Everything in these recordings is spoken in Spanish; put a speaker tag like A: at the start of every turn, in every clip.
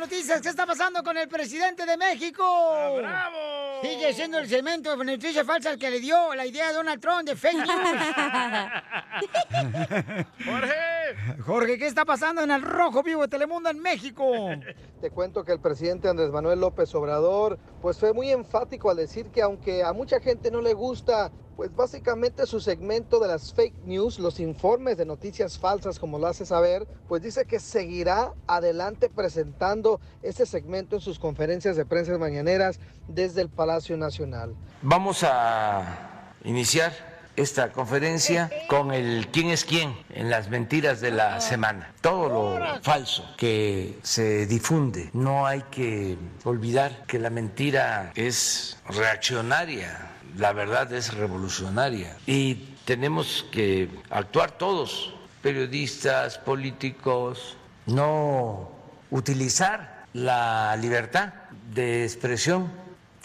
A: Noticias, ¿qué está pasando con el presidente de México?
B: Ah, ¡Bravo!
A: Sigue siendo el cemento de noticias falsas que le dio la idea a Donald Trump de fake news.
B: ¡Jorge!
A: Jorge, ¿qué está pasando en el Rojo Vivo de Telemundo en México?
C: Te cuento que el presidente Andrés Manuel López Obrador pues fue muy enfático al decir que aunque a mucha gente no le gusta pues básicamente su segmento de las fake news, los informes de noticias falsas, como lo hace saber, pues dice que seguirá adelante presentando este segmento en sus conferencias de prensa mañaneras desde el Palacio Nacional.
D: Vamos a iniciar esta conferencia con el quién es quién en las mentiras de la semana. Todo lo falso que se difunde. No hay que olvidar que la mentira es reaccionaria la verdad es revolucionaria y tenemos que actuar todos, periodistas, políticos, no utilizar la libertad de expresión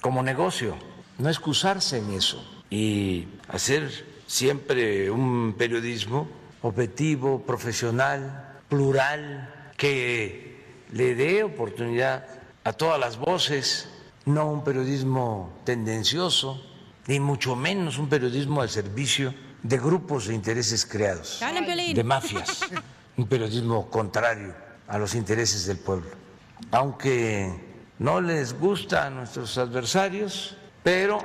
D: como negocio, no excusarse en eso y hacer siempre un periodismo objetivo, profesional, plural, que le dé oportunidad a todas las voces, no un periodismo tendencioso, ni mucho menos un periodismo al servicio de grupos de intereses creados, de mafias, un periodismo contrario a los intereses del pueblo. Aunque no les gusta a nuestros adversarios, pero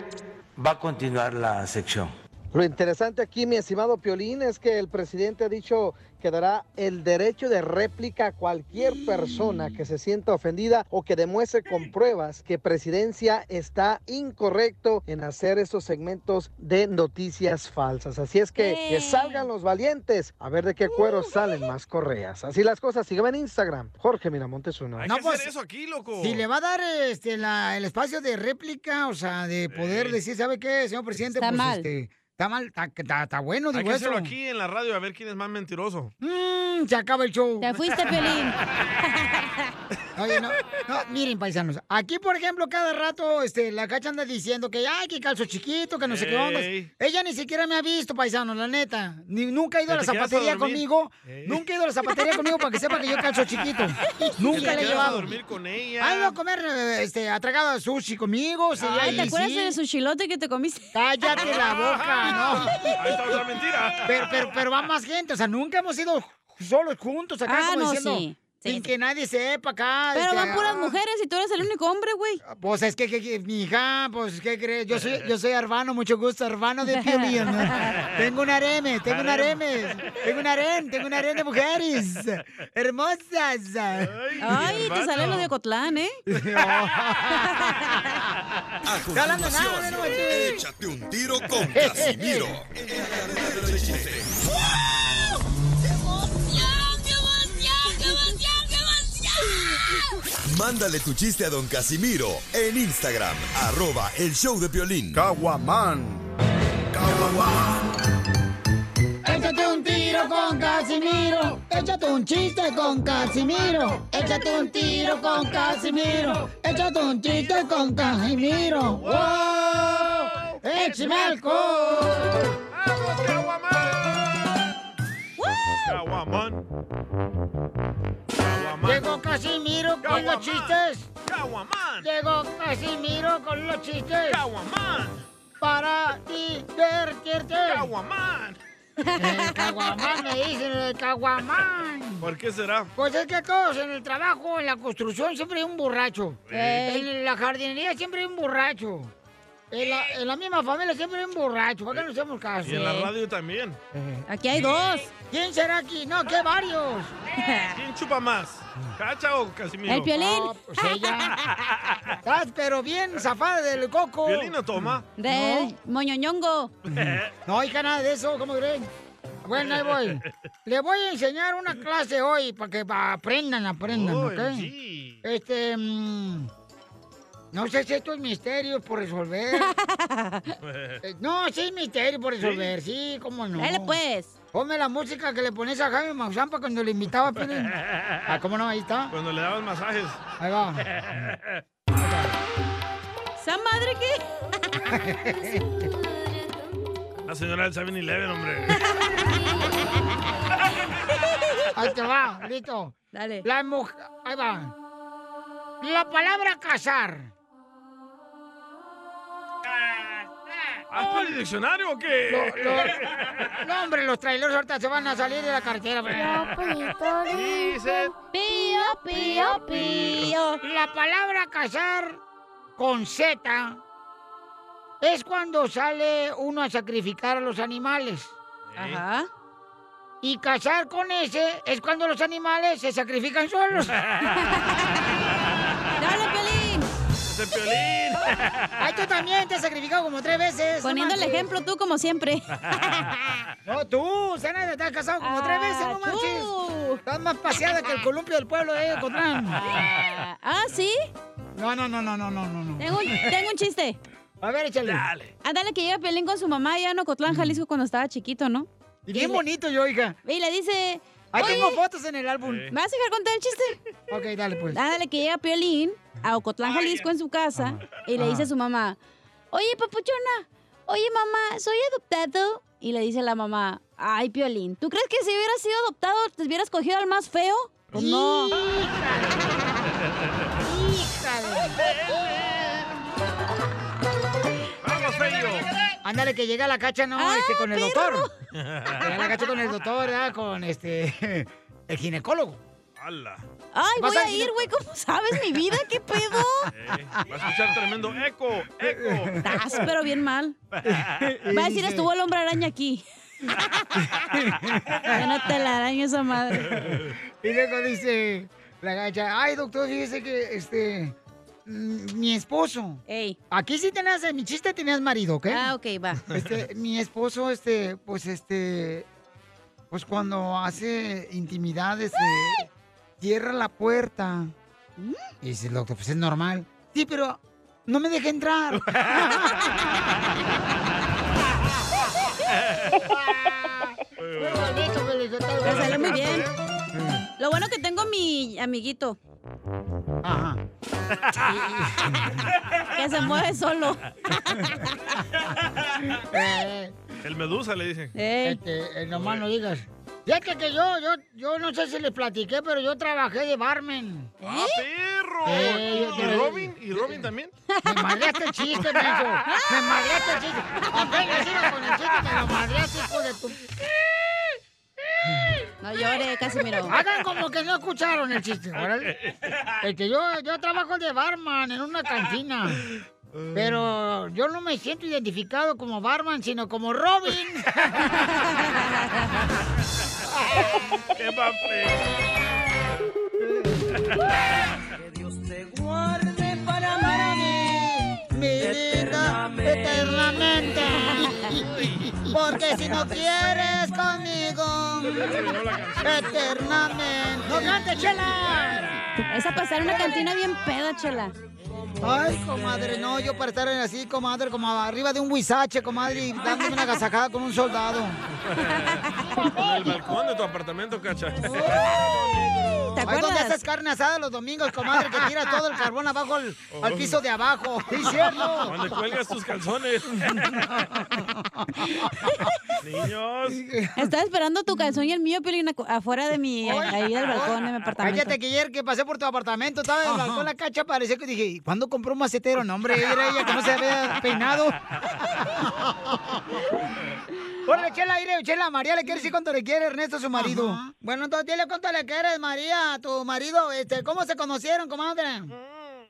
D: va a continuar la sección.
C: Lo interesante aquí, mi estimado Piolín, es que el presidente ha dicho que dará el derecho de réplica a cualquier persona que se sienta ofendida o que demuestre con pruebas que presidencia está incorrecto en hacer estos segmentos de noticias falsas. Así es que que salgan los valientes a ver de qué cuero salen más correas. Así las cosas. Sígueme en Instagram, Jorge Miramontes uno.
B: Hay que
A: pues,
B: hacer eso aquí, loco.
A: Si le va a dar este, la- el espacio de réplica, o sea, de poder
B: Ey.
A: decir, ¿sabe qué, señor presidente?
B: Está mal.
A: este, está mal, está, está- está bueno,
B: Hay
A: digo
B: que
A: eso.
B: hacerlo aquí en la radio a ver quién es más mentiroso.
A: Mm, se acaba el show. Te
B: fuiste,
A: Pelín.
B: Piolín.
A: Oye, no, no, miren, paisanos. Aquí, por ejemplo, cada rato este, la cacha anda diciendo que, ay, que calzo chiquito, que no sé qué onda.
B: Ey.
A: Ella ni siquiera me ha visto, paisanos, la neta. Ni, nunca ha ido a la
B: ¿Te te quedas a
A: zapatería
B: dormir?
A: conmigo.
B: Ey.
A: Nunca ha ido a la zapatería conmigo para que sepa que yo calzo chiquito.
B: ¿Te
A: Nunca la he
B: quedas a
A: llevado.
B: dormir con ella?
A: Ha ido a comer eh, este, atragado a sushi conmigo. sí,
E: Ay, ¿te
A: ahí
E: acuerdas
A: sí.
E: del sushilote que te comiste?
A: Cállate la boca, no.
B: Ahí está otra mentira.
A: Pero, pero, pero va más gente, o sea, nunca hemos ido solos juntos acá,
E: Ah,
A: como
E: no,
A: diciendo,
E: sí,
A: sin que nadie sepa acá.
E: Pero van puras
A: mujeres y tú eres el único hombre, güey. Pues es que, que- que, mi hija, pues, ¿qué crees? Yo soy, yo soy Arbano, mucho gusto, Arbano de Piolín. tengo un areme, tengo un
B: Harem.
A: areme, tengo un harem, tengo un harem de mujeres hermosas.
E: Ay, te sale lo de Cotlán, ¿eh?
F: A continuación, échate un tiro con Casimiro. Mándale tu chiste a don Casimiro en Instagram, arroba el show de violín. Caguaman.
A: Échate un tiro con Casimiro. Échate un chiste con Casimiro. Échate un tiro con Casimiro. Échate un chiste con Casimiro. ¡Wow! ¡Échame alcohol!
B: Caguamán.
A: Llegó Casimiro con los chistes.
B: Caguamán.
A: Llegó Casimiro con los chistes. Caguamán. Para divertirte.
B: Caguamán.
A: El caguamán me dicen, el caguamán.
B: ¿Por qué será?
A: Pues es que todos en el trabajo, en la construcción, siempre hay un borracho.
B: Ey.
A: En la jardinería siempre hay un borracho. En la, en la misma familia siempre hay un borracho. ¿Para qué no hacemos caso?
B: Y en la radio también.
A: Aquí hay dos. ¿Quién será aquí? No, que hay varios.
B: ¿Quién chupa más? ¿Cacha o Casimiro?
A: Ah, pues ella. Estás pero bien zafada del coco.
B: ¿Piolín no toma?
A: Del moñoñongo. No, hija, nada de eso, ¿cómo creen? Bueno, ahí voy. Le voy a enseñar una clase hoy para que pa- aprendan, aprendan, ¿ok? Este, mm, no sé si esto es misterio por resolver. Eh, no, sí es misterio por resolver, sí, cómo no.
E: Dale,
A: pues. Ponme la música que le pones a Jaime Maussan para cuando le invitaba a Piolín. Ah, ¿cómo no? Ahí está.
B: Cuando le daban masajes.
A: Ahí va.
E: ¿Esa madre qué?
B: La señora del 7-Eleven, hombre.
A: Ahí te va, listo. Dale. La mujer. Ahí va. La palabra casar.
B: ¿Has para el diccionario o qué?
A: Lo- lo- no, hombre, los traileros ahorita se van a salir de la carretera.
B: Dice.
A: Pío, pío, pío. La palabra casar con Z es cuando sale uno a sacrificar a los animales. Ajá. Y casar con S es cuando los animales se sacrifican solos. ¡Dale, Piolín!
B: ¡Ese Piolín!
A: ¡Ay, tú también te has sacrificado como tres veces!
E: Poniendo el ejemplo
A: tú como siempre. No, tú, Sana, te has casado como tres veces,
E: Ah,
A: no manches. Estás más paseada que el columpio del pueblo de Cotlán. ¿Ah, sí? No, no, no, no, no, no, no.
E: Tengo un, tengo un chiste.
A: A ver, échale.
B: Dale.
E: Ándale que llega Pelín con su mamá allá en Ocotlán, Jalisco, cuando estaba chiquito, ¿no?
A: Mm. Y bien bonito yo, hija.
E: Y le dice...
A: Ahí
E: "Oye,
A: tengo fotos en el álbum.
E: ¿Me vas a dejar contar el chiste?
A: Ok, dale pues.
E: Ándale que llega Piolín a Ocotlán, Jalisco, en su casa, y le
G: Ajá.
E: dice a su mamá, oye, papuchona, oye, mamá, ¿soy adoptado? Y le dice la mamá, ay, Piolín, ¿tú crees que si hubieras sido adoptado te hubieras cogido al más feo? Pues no.
B: ¡Vamos,
A: Ándale, que llega la cacha, no,
E: Ah,
A: este, con el doctor. Llega la cacha con el doctor, ¿verdad? Con este. El ginecólogo.
B: ¡Hala!
E: Ay,
A: Vas
E: voy
A: al
E: a ir, güey, ¿cómo sabes mi vida? ¿Qué pedo?
B: Eh, va a escuchar tremendo eco, eco.
E: Estás, pero bien mal. Va a decir, estuvo el hombre araña aquí. Ya no te la araña esa madre.
A: Y luego dice la gacha, ay doctor, fíjese que este mm, mi esposo. Aquí sí tenías, en mi chiste tenías marido, ¿ok? Ah,
E: ok, va.
A: Este, mi esposo, este, pues este, pues cuando hace intimidades, eh, cierra la puerta.
E: ¿Mm?
A: Y dice el doctor, pues es normal. Sí, pero no me deja entrar.
E: Me salió muy bien. Lo bueno que tengo mi amiguito.
A: Ajá.
E: Que se mueve solo. Ah,
B: El medusa le dicen.
A: Este, eh, nomás no digas. Fíjate que yo, yo, yo no sé si les platiqué, pero yo trabajé de barman.
B: ¡Ah, perro!
A: Eh, yo
B: ¿Y
A: te-
B: Robin? ¿Y Robin también?
A: Me madreaste el chiste, menso. Me madreaste el chiste.
B: Pues
A: Apenas iba con el chiste, y me lo madreaste, hijo de tu...
E: No llore, Casimiro.
A: Hagan como que no escucharon el chiste, órale. Este, yo, yo trabajo de barman en una cantina. Pero yo no me siento identificado como barman, sino como Robin.
B: ¡Qué papel!
A: guarde para mí, mi vida eternamente. Porque si no quieres conmigo, eternamente. ¡No cante, chela!
E: Esa pasar una cantina bien peda, chela.
A: Ay, comadre, no, yo para estar así, comadre, como arriba de un huizache, comadre, y dándome una gasajada con un soldado.
B: En el balcón de tu apartamento, cacha.
A: ¿Te Ay, ¿dónde haces carne asada los domingos, comadre, que tiras todo el carbón abajo al, al piso de abajo? Sí, cierto.
B: Cuando cuelgas tus calzones. Niños.
E: Estaba esperando tu calzón y el mío, Piolín, acu- afuera de mi, ahí del balcón de mi apartamento.
A: Cállate que ayer que pasé por tu apartamento, estaba en el
E: Ajá.
A: balcón la cacha, parecía que dije, "¿Y ¿cuándo compró un macetero? No, hombre, era ella que no se había peinado. Órale, chela, aire, chela, María le quiere decir cuánto le quiere Ernesto su marido. Bueno, entonces dile cuánto le quieres, María, a tu marido, este, ¿cómo se conocieron, comadre?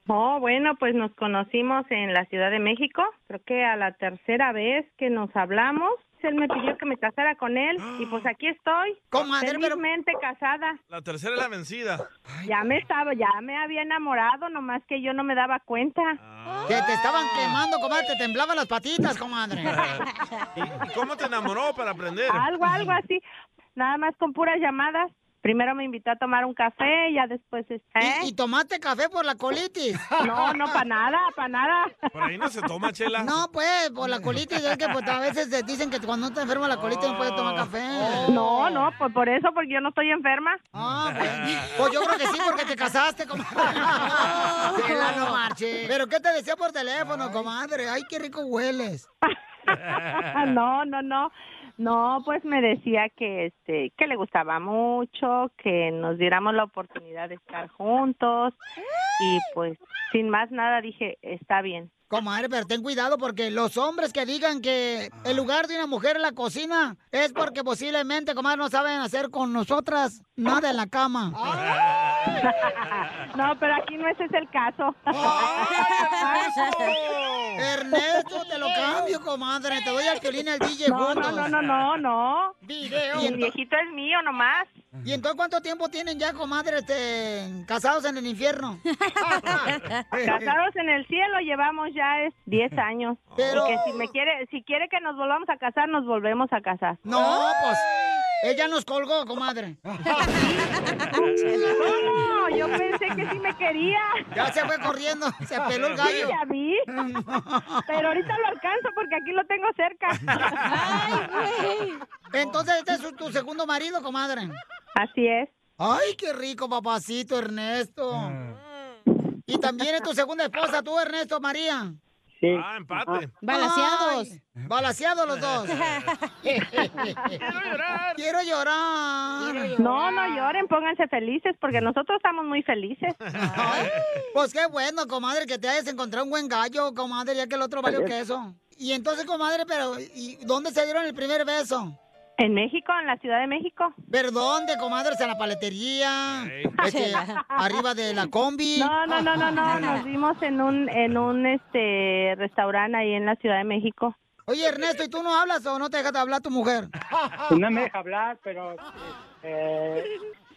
H: Oh, bueno, pues nos conocimos en la Ciudad de México. Creo que a la tercera vez que nos hablamos, él me pidió que me casara con él y pues aquí estoy, felizmente casada.
B: La tercera es la vencida.
H: Ya me estaba, ya me había enamorado, nomás que yo no me daba cuenta.
A: Ah. Que te estaban quemando, comadre, te temblaban las patitas, comadre.
B: ¿Y y cómo te enamoró para aprender?
H: Algo, algo así. Nada más con puras llamadas. Primero me invitó a tomar un café, ya después... este,
A: ¿Y, tomaste café por la colitis?
H: No, no, para nada, para nada.
B: Por ahí no se toma, chela.
A: No, pues, por la colitis, es que pues, a veces te dicen que cuando te enferma la colitis no puedes tomar café.
H: No, no, pues por eso, porque yo no estoy enferma.
A: Pues yo creo que sí, porque te casaste, comadre.
I: Ah,
A: Chela, no marches. Pero ¿qué te decía
H: Ah.
A: por teléfono, comadre? Ay, qué rico hueles.
H: no, no, no. No, pues me decía que este que le gustaba mucho, que nos diéramos la oportunidad de estar juntos y pues sin más nada dije, está bien.
A: Comadre, pero ten cuidado porque los hombres que digan que el lugar de una mujer es la cocina es porque posiblemente, comadre, no saben hacer con nosotras nada en la cama.
H: No, pero aquí no ese es el caso.
A: Ernesto, te lo cambio, comadre. Te doy al violín el DJ
H: No, no,
A: juntos.
H: no, no, no, no.
A: Video.
H: Y el viejito es mío nomás.
A: ¿Y entonces cuánto tiempo tienen ya, comadre, este, casados en el infierno?
H: Casados en el cielo llevamos ya es 10 años.
A: Pero-
H: Y que si me quiere, si quiere que nos volvamos a casar, nos volvemos a casar.
A: No, pues ella nos colgó, comadre.
H: No, yo pensé que sí me quería.
A: Ya se fue corriendo, se peló el
H: Sí,
A: gallo.
H: ya vi. Pero ahorita lo alcanzo porque aquí lo tengo cerca.
A: Entonces este es su- tu segundo marido, comadre.
H: Así es.
A: Ay, qué rico, papacito Ernesto. Y también es tu segunda esposa, tú, Ernesto María.
G: Sí.
B: Ah, empate.
A: Balaseados. Balaseados los dos. Quiero llorar. Quiero llorar.
H: No, no lloren, pónganse felices porque nosotros estamos muy felices.
A: Pues qué bueno, comadre, que te hayas encontrado un buen gallo, comadre, ya que el otro valió queso. Y entonces, comadre, pero ¿y dónde se dieron el primer beso?
H: En México, en la Ciudad de México.
A: ¿Pero dónde, comadre? ¿En la paletería? Este, ¿Arriba de la combi?
H: No, no, no, no, no, nos vimos en un en un este restaurante ahí en la Ciudad de México.
A: Oye, Ernesto, ¿y tú no hablas o no te dejas de hablar tu mujer?
H: Pues
G: No me deja hablar, pero eh,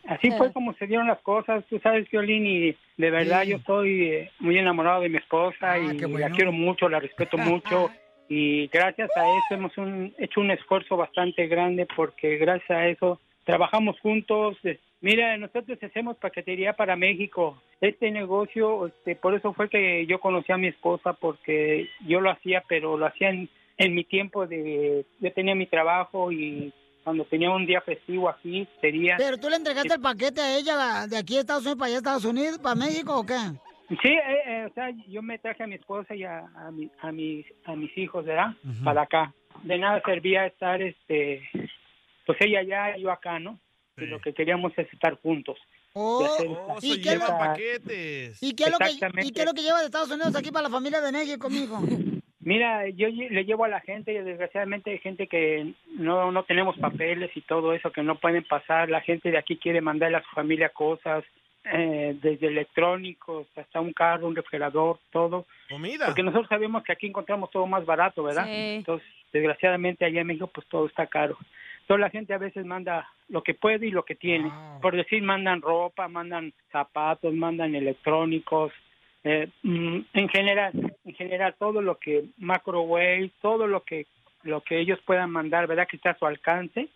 G: así fue como se dieron las cosas. Tú sabes, Violín, y de
A: Sí.
G: verdad
A: Ah,
G: yo estoy eh, muy enamorado de mi esposa y
A: qué
G: la
A: bueno.
G: quiero mucho, la respeto mucho. Y gracias a eso hemos un- hecho un esfuerzo bastante grande porque gracias a eso trabajamos juntos. Eh, Mira, nosotros hacemos paquetería para México. Este negocio, este, por eso fue que yo conocí a mi esposa porque yo lo hacía, pero lo hacía en, en mi tiempo de... Yo tenía mi trabajo y cuando tenía un día festivo aquí sería...
A: ¿Pero tú le entregaste el paquete a ella de aquí a Estados Unidos para allá a Estados Unidos, para México o qué?
G: Sí, eh, eh, o sea, yo me traje a mi esposa y a, a, mi- a mis, a mis hijos, ¿verdad? Para acá. De nada servía estar, este, pues ella allá y yo acá, ¿no? Y lo que queríamos es estar juntos.
A: Oh,
B: Oh,
A: ¿y,
B: se
A: qué es lo,
B: llevan paquetes.
A: y qué es lo que,
G: Exactamente.
A: ¿Y qué es lo que lleva de Estados Unidos aquí para la familia de México, mijo?
G: Mira, yo lle- le llevo a la gente, y desgraciadamente hay gente que no, no tenemos papeles y todo eso, que no pueden pasar. La gente de aquí quiere mandarle a su familia cosas, eh, desde electrónicos hasta un carro, un refrigerador, todo.
B: Comida.
G: Porque nosotros sabemos que aquí encontramos todo más barato, ¿verdad?
E: Sí.
G: Entonces, desgraciadamente allá en México pues todo está caro. Entonces la gente a veces manda lo que puede y lo que tiene. Por decir, mandan ropa, mandan zapatos, mandan electrónicos, eh, mm, en general, en general todo lo que microwave, todo lo que lo que ellos puedan mandar, ¿verdad? Que está a su alcance.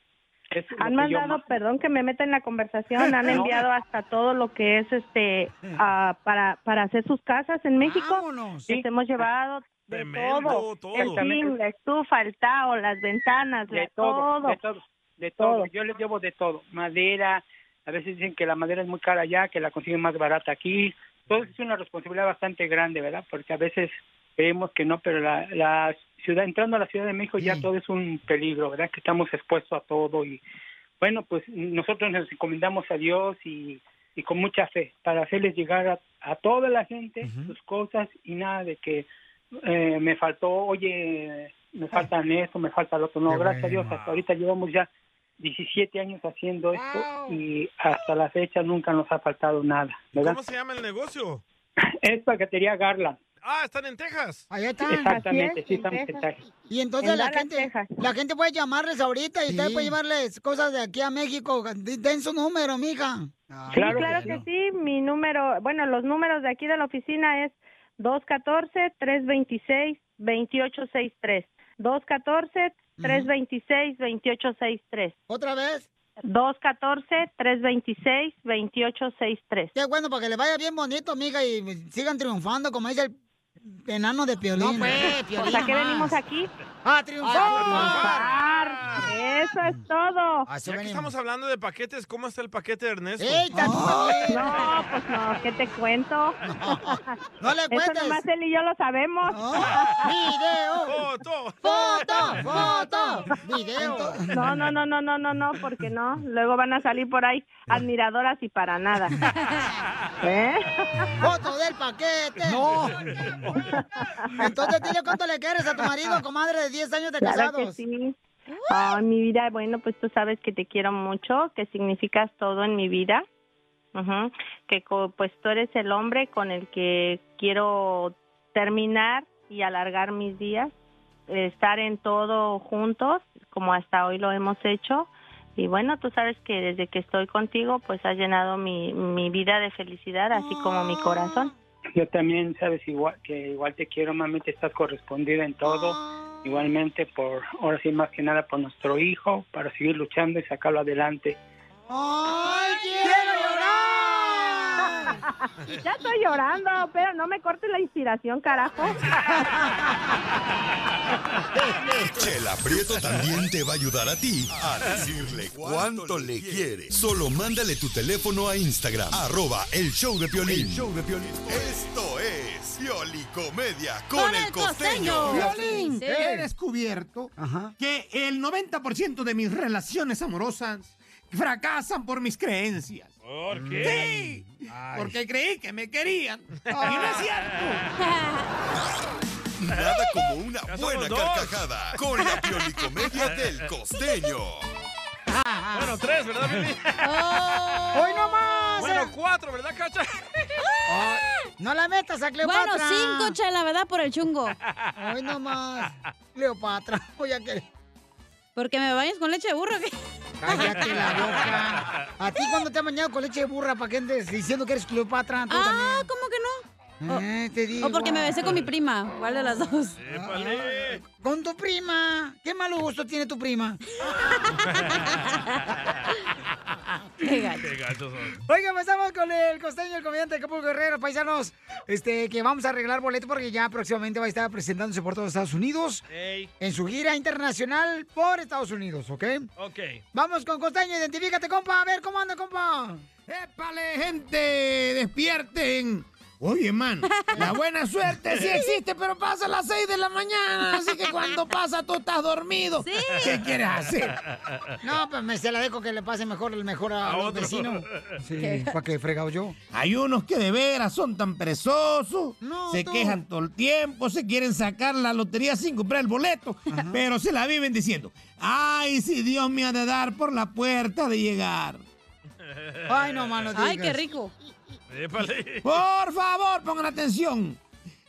G: Es lo
H: Han
G: que yo
H: mandado,
G: más-
H: perdón que me meta en la conversación, han enviado hasta todo lo que es este ah, para para hacer sus casas en México.
A: Vámonos.
H: Les hemos llevado de
B: Cemento,
H: todo,
B: todo.
H: el zinc, la estufa, el tao, las ventanas,
G: pues, de
H: la-
G: todo, de todo, de todo.
H: Todo.
G: Yo les llevo de todo, madera. A veces dicen que la madera es muy cara allá, que la consiguen más barata aquí. Todo eso es una responsabilidad bastante grande, ¿verdad? Porque a veces creemos que no, pero la, la ciudad, entrando a la Ciudad de México ya
A: Sí.
G: todo es un peligro, ¿verdad? Que estamos expuestos a todo y bueno, pues nosotros nos encomendamos a Dios y, y con mucha fe para hacerles llegar a, a toda la gente sus cosas y nada de que eh, me faltó, oye, me faltan esto, me falta lo otro. No,
A: Qué
G: gracias a
A: bueno.
G: Dios, hasta ahorita llevamos ya 17 años haciendo esto
A: Wow.
G: y hasta la fecha nunca nos ha faltado nada, ¿verdad?
B: ¿Cómo se llama el negocio?
G: Es paquetería Garland,
B: Ah, están en Texas.
A: Allá están.
G: exactamente,
H: es,
G: sí,
H: en
G: estamos en
H: Texas.
G: Texas.
A: Y entonces
H: En
A: la
H: Dallas,
A: gente,
H: Texas.
A: la gente puede llamarles ahorita y ustedes pueden llevarles cosas de aquí a México. D- Den su número, mija.
H: Sí,
G: Claro
H: claro,
G: que
H: que, sí. Mi número, bueno, los números de aquí de la oficina es 214-326-2863. 214-326-2863.
A: ¿Otra vez?
H: 214-326-2863.
A: Qué bueno, para que le vaya bien bonito, mija, y sigan triunfando, como dice el enano de Piolín. No, pues,
H: Pues ¿a qué venimos aquí?
A: ¡A triunfar!
H: Eso es todo.
A: A eso ¡Ah!
B: Ya que
A: venimos.
B: estamos hablando de paquetes, ¿cómo está el paquete de Ernesto?
A: ¡Ey, está tú también!
H: No, pues no, ¿qué te cuento?
A: ¡No le
H: Eso
A: cuentes!
H: nomás él y yo lo sabemos.
A: No. ¡Video!
B: ¡Foto!
A: ¡Foto! ¡Foto! ¡Video!
H: No, no, no, no, no, no, no, porque no. Luego van a salir por ahí admiradoras y para nada. ¿Eh?
A: ¡Foto del paquete! ¡No! Entonces dile cuánto le quieres a tu marido, comadre de 10 años de
H: Claro que
A: casados.
H: sí. Ay, mi vida, bueno, pues tú sabes que te quiero mucho, que significas todo en mi vida. Ujú. Que co- pues tú eres el hombre con el que quiero terminar y alargar mis días, eh, estar en todo juntos, como hasta hoy lo hemos hecho. Y bueno, tú sabes que desde que estoy contigo, pues has llenado mi, mi vida de felicidad, así como mi corazón.
G: Yo también, sabes, igual que igual te quiero, mami, te estás correspondida en todo. Igualmente, por ahora sí, más que nada por nuestro hijo, para seguir luchando y sacarlo adelante.
A: ¡Ay, quiero llorar!
H: Ya estoy llorando, pero no me cortes la inspiración, carajo.
F: Chela Prieto también te va a ayudar a ti a decirle cuánto le quiere. Solo mándale tu teléfono a Instagram, arroba el show de Piolín.
J: El
F: Esto es Piolicomedia con el costeño.
J: Violín, he descubierto que el 90% de mis relaciones amorosas fracasan por mis creencias.
B: ¿Por
J: qué? Sí, porque creí que me querían. Y no es cierto.
F: Nada como una
J: Ya somos
F: buena
J: dos.
F: carcajada con la Piolicomedia del costeño.
B: Bueno, tres, ¿verdad, Billy?
A: ¡Hoy no más!
B: Bueno, cuatro, ¿verdad, Cacha?
A: No la metas a Cleopatra.
E: Bueno, cinco, chela, ¿verdad? Por el chungo.
A: Hoy no más. Cleopatra, voy a querer.
E: Porque me bañas con leche de burro. ¿qué?
A: Cállate la boca. ¿A ti cuando te has bañado con leche de burra para que andes diciendo que eres Cleopatra? Tú
E: Ah, ¿cómo que no?
A: Eh, te digo.
E: O porque me besé con mi prima. ¿Cuál de las dos?
A: también. Con tu prima. ¿Qué mal gusto tiene tu prima?
E: Qué gacho.
B: Qué gachos son.
A: Oiga, empezamos con el costeño, el comediante de Acapulco Guerrero, paisanos. Este, que vamos a arreglar boleto porque ya próximamente va a estar presentándose por todos Estados Unidos.
B: Ey.
A: En su gira internacional por Estados Unidos, ¿ok?
B: Ok.
A: Vamos con costeño, identifícate, compa. A ver, ¿cómo anda, compa? Eh,
J: ¡Épale, gente! ¡Despierten! Oye, man, la buena suerte sí existe, pero pasa a las 6 de la mañana, así que cuando pasa tú estás dormido. ¿Qué quieres hacer?
A: No, pues me se la dejo que le pase mejor el mejor a, los vecinos. Sí, ¿para qué he fregado yo?
J: Hay unos que de veras son tan perezosos,
A: No,
J: se
A: tú.
J: quejan todo el tiempo, se quieren sacar la lotería sin comprar el boleto, pero se la viven diciendo, ay, si Dios me ha de dar por la puerta de llegar.
A: Ay, no, mano.
E: Ay, qué rico.
B: Épale.
J: Por favor, pongan atención.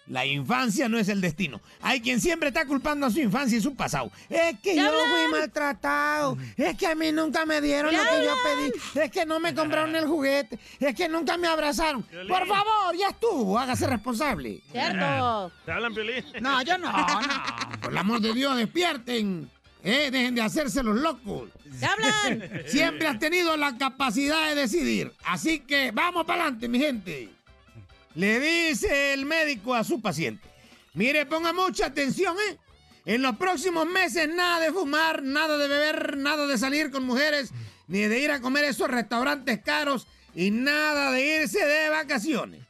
J: La infancia no es el destino. Hay quien siempre está culpando a su infancia y su pasado. Es que
K: ¡Ya
J: yo
K: hablan!
J: fui maltratado. Es que a mí nunca me dieron
K: ¡Ya
J: lo que yo
K: hablan!
J: pedí. Es que no me compraron el juguete. Es que nunca me abrazaron.
B: Violín.
J: Por favor, ya estuvo. Hágase responsable.
B: ¿Te hablan, Piolín?
A: No, yo no,
J: Por el amor de Dios, despierten. Eh, dejen de hacerse los locos.
B: hablan!
J: Siempre has tenido la capacidad de decidir. Así que vamos para adelante, mi gente. Le dice el médico a su paciente. Mire, ponga mucha atención, ¿eh? En los próximos meses nada de fumar, nada de beber, nada de salir con mujeres, ni de ir a comer esos restaurantes caros y nada de irse de vacaciones.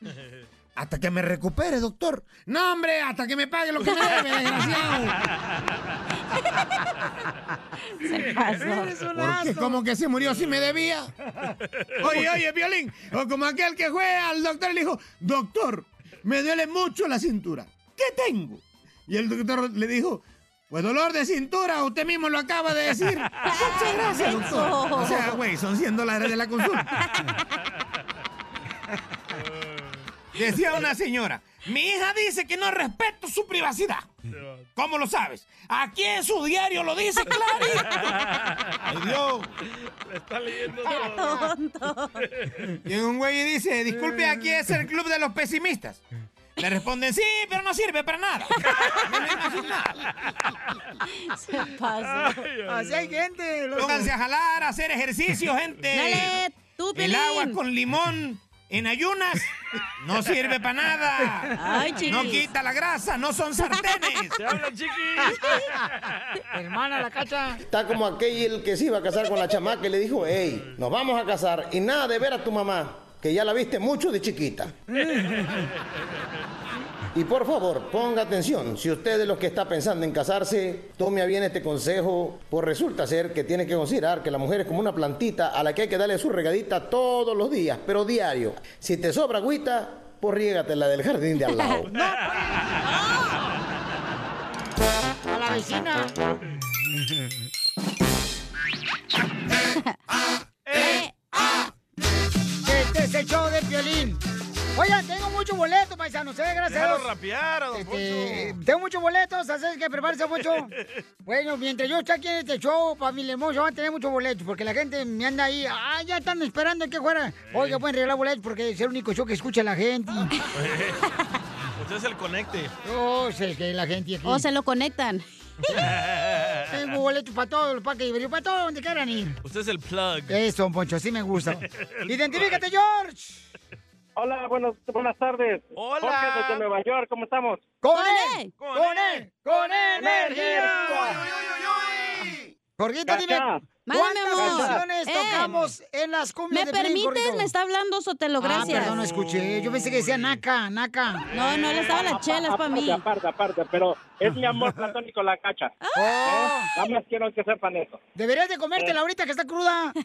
J: Hasta que me recupere, doctor. No, hombre, hasta que me pague lo que me debe, desgraciado. Porque como que se murió si me debía. Oye, oye, Violín. O como aquel que fue al doctor y le dijo, doctor, me duele mucho la cintura. ¿Qué tengo? Y el doctor le dijo, pues dolor de cintura, usted mismo lo acaba de decir. Muchas gracias, doctor. O sea, güey, son 100 dólares de la consulta. Decía una señora, mi hija dice que no respeto su privacidad. ¿Cómo lo sabes? Aquí en su diario lo dice clarito. Ay, Dios.
B: Le está leyendo todo.
E: Tonto.
J: Y un güey dice, disculpe, aquí es el club de los pesimistas. Le responden, sí, pero no sirve para nada.
E: Se pasó.
A: Así hay gente. loco.
J: Pónganse a jalar, a hacer ejercicio, gente.
E: Dale, tú,
J: el
E: Pelín.
J: agua con limón en ayunas no sirve para nada.
E: Ay, chiquis.
J: no quita la grasa, no son sartenes.
B: ¡Te hablan, chiqui!
A: Hermana, la cacha.
L: Está como aquel que se iba a casar con la chamaca y le dijo, hey, nos vamos a casar y
I: pues,
L: nada de ver a tu mamá, que ya la viste mucho de chiquita. Y por favor, ponga atención, si usted es de los que está pensando en casarse, tome a bien este consejo, pues resulta ser que tiene que considerar que la mujer es como una plantita a la que hay que darle su regadita todos los días, pero diario. Si te sobra agüita, pues riégatela del jardín de al lado.
A: A la vecina. Este es el show de violín. Oigan, tengo muchos boletos, paisanos, ¿eh? Gracias a
B: Déjalo
A: Dios.
B: rapear, a don
A: Este,
B: Poncho.
A: tengo muchos boletos, así es que prepárense mucho. Bueno, mientras yo esté aquí en este show, familia hermosa, van a tener muchos boletos, porque la gente me anda ahí, ah, ya están esperando que fuera. Oiga, pueden regalar boletos porque es el único show que escucha la gente.
B: Usted es el conecte.
A: Oh, sé que la gente aquí.
E: O se lo conectan.
A: Tengo boletos para todos los parques de Iberio, para todos donde quieran ir.
B: Usted es el plug.
A: Eso, don Poncho, así me gusta. Identifícate, George.
G: Hola, buenas, buenas tardes. Hola. Jorge desde Nueva York, ¿cómo estamos?
A: ¡Con él! ¡Con
E: E,
A: él! ¡Con E energía! Jorgito, dime,
E: Cacha. Mándame,
A: ¿cuántas
E: amor.
A: canciones
E: Eh.
A: tocamos en las
E: ¿Me
A: cumbias de Piolín,
E: permites?
A: Jorgito?
E: Me está hablando Sotelo, gracias.
A: Ah, perdón, no escuché. Yo pensé que decía naca, naca.
E: No, no, le estaba las chelas para mí.
G: Aparte, aparte, pero es mi amor platónico la cacha. ¿Eh?
A: Oh.
G: Nada más quiero que sepan eso.
A: Deberías de comértela ahorita que está cruda.
E: Eh.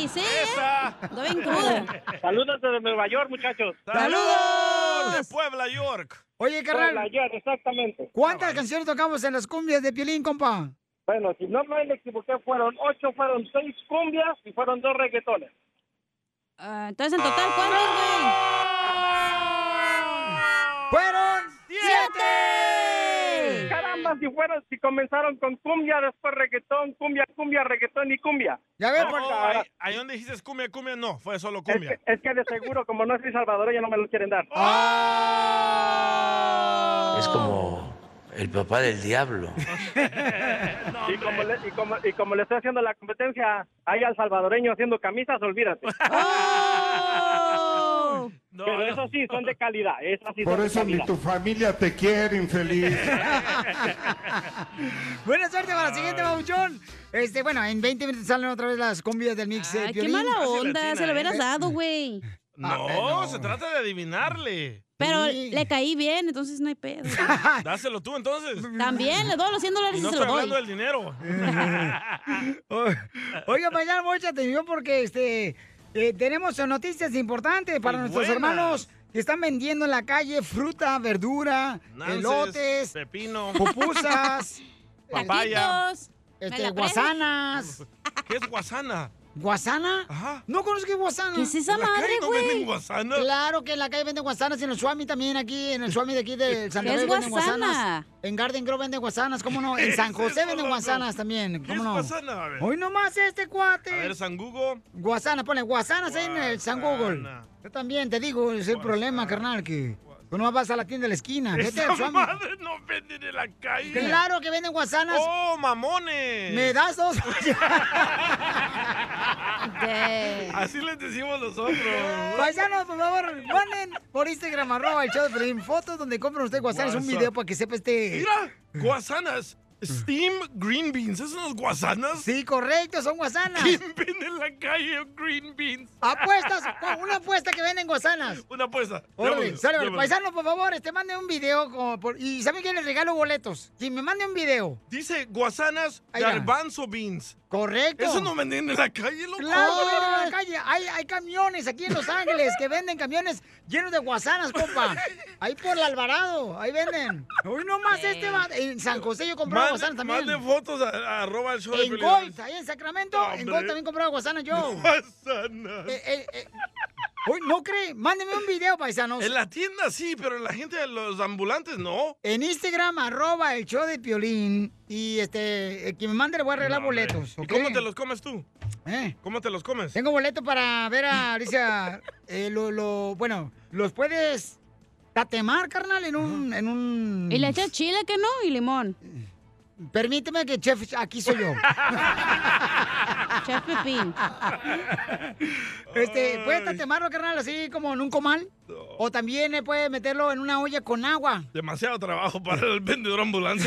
E: Y sí, ¿eh? No ven cruda.
G: Saludos desde Nueva York, muchachos.
A: ¡Saludos!
B: De Puebla, York.
A: Oye, carnal.
G: Puebla York, exactamente.
A: ¿Cuántas canciones tocamos en las cumbias de Piolín, compa?
G: Bueno, si no me equivoqué, fueron ocho, fueron seis cumbias y fueron dos reggaetones.
E: Ah, entonces, en total, ¿cuántos, güey?
A: ¡Fueron
E: siete!
G: Caramba, si fueron, si comenzaron con cumbia, después reggaetón, cumbia, cumbia, reggaetón y cumbia.
A: Ya
G: ves,
B: No, ahí, ahí donde dijiste cumbia, cumbia, no, fue solo
G: Es
B: cumbia.
G: que, es que de seguro, como no soy salvadoreño, no me lo quieren dar.
B: Ah,
A: Ah,
D: Es como el papá del diablo.
G: y, como le, y, como, y como le estoy haciendo la competencia ahí al salvadoreño haciendo camisas, olvídate. Pero eso sí, son de calidad. Esas sí
K: Por
G: son de
K: eso ni
G: calidad.
K: tu familia te quiere, infeliz.
A: Buena suerte para la siguiente, babuchón. Este, bueno, en 20 minutos salen otra vez las cumbias del mix de
E: Ay, qué
A: Piolín.
E: mala onda, se lo hubieras
B: ¿eh?
E: dado, güey.
B: No,
A: eh, no.
B: se trata de adivinarle.
E: Pero le caí bien, entonces no hay pedo.
B: Dáselo tú entonces.
E: También le doy los 100 dólares
B: Y
E: y,
B: no
E: se
B: estoy
E: lo
B: hablando
E: doy.
B: del dinero.
A: Oiga, mañana mucha atención porque este eh, tenemos noticias importantes para
B: Muy
A: nuestros
B: Pues buenas.
A: hermanos que están vendiendo en la calle fruta, verdura,
B: Nances,
A: elotes,
B: pepino,
A: pupusas,
B: papaya.
A: este, guasanas.
B: ¿Qué es guasana?
A: ¿Guasana? No conozco qué es guasana.
E: ¿Qué es esa
B: ¿En la calle madre, no güey? venden guasana?
A: Claro que en la calle venden guasanas, en el Suami también, aquí, en el Suami de aquí de San
E: ¿Qué es
A: Gabriel venden
E: guasana?
A: guasanas. En Garden Grove venden guasanas, ¿cómo no? En
B: ¿Qué
A: San
B: es
A: José
B: eso,
A: venden
B: loco?
A: guasanas también,
B: ¿Qué
A: ¿cómo
B: es
A: no?
B: guasana? A ver.
A: Hoy nomás este cuate.
B: A ver, sangugo.
A: Guasana, ponle guasanas ahí en el San Google. Yo también te digo, es el problema, carnal, que tú no vas a la tienda de la esquina. Vete al
B: Esa
A: Suami.
B: madre no venden en la calle.
A: Claro que venden guasanas.
B: ¡Oh, mamones!
A: ¿Me das dos?
B: Así les decimos nosotros.
A: Paisanos, por favor, manden por Instagram arroba el show de Pelín fotos donde compran ustedes guasanas. Un
B: Guasa-
A: video para que sepa este.
B: Mira, guasanas. Steam green beans. ¿Esos son los guasanas?
A: Sí, correcto, son guasanas.
B: ¿Quién vende en la calle green beans?
A: Apuestas, una apuesta que venden guasanas.
B: Una apuesta.
A: Órale,
B: Llámalo,
A: sale, vale.
B: llámalo.
A: Paisanos, por favor, este manden un video. como por- ¿Y saben quién les regalo boletos? Si me manden un video.
B: Dice guasanas
A: Ahí va.
B: garbanzo beans.
A: Correcto.
B: Eso no venden en la calle, loco.
A: Claro, en la calle. Hay, hay camiones aquí en Los Ángeles que venden camiones llenos de guasanas, compa. Ahí por el Alvarado, ahí venden. Hoy nomás este va. En San José yo compraba
B: Ah, Mande-
A: guasanas también.
B: mande fotos a, a arroba el show de
A: En
B: Piolín.
A: Gold, ahí en Sacramento, en
B: Hombre.
A: Gold también compraba guasanas yo.
B: Guasanas.
A: Eh, eh, eh. Uy, no cree, mándeme un video, paisanos.
B: En la tienda sí, pero en la gente de los ambulantes no.
A: En Instagram, arroba el show de Piolín. Y este, eh, quien me mande le voy a arreglar
B: No, hombre.
A: boletos.
B: ¿Y
A: ¿ok?
B: cómo te los comes tú?
A: ¿Eh?
B: ¿Cómo te los comes?
A: Tengo boleto para ver a Alicia. eh, lo, lo- bueno, los puedes tatemar, carnal, en un, en un.
E: Y le echas chile, que no, y limón.
A: Permíteme que chef, aquí soy yo.
E: Chef Pepín.
A: Este, puedes tatemarlo, carnal, así como en un comal. O también eh, puedes meterlo en una olla con agua.
B: Demasiado trabajo para el vendedor ambulante.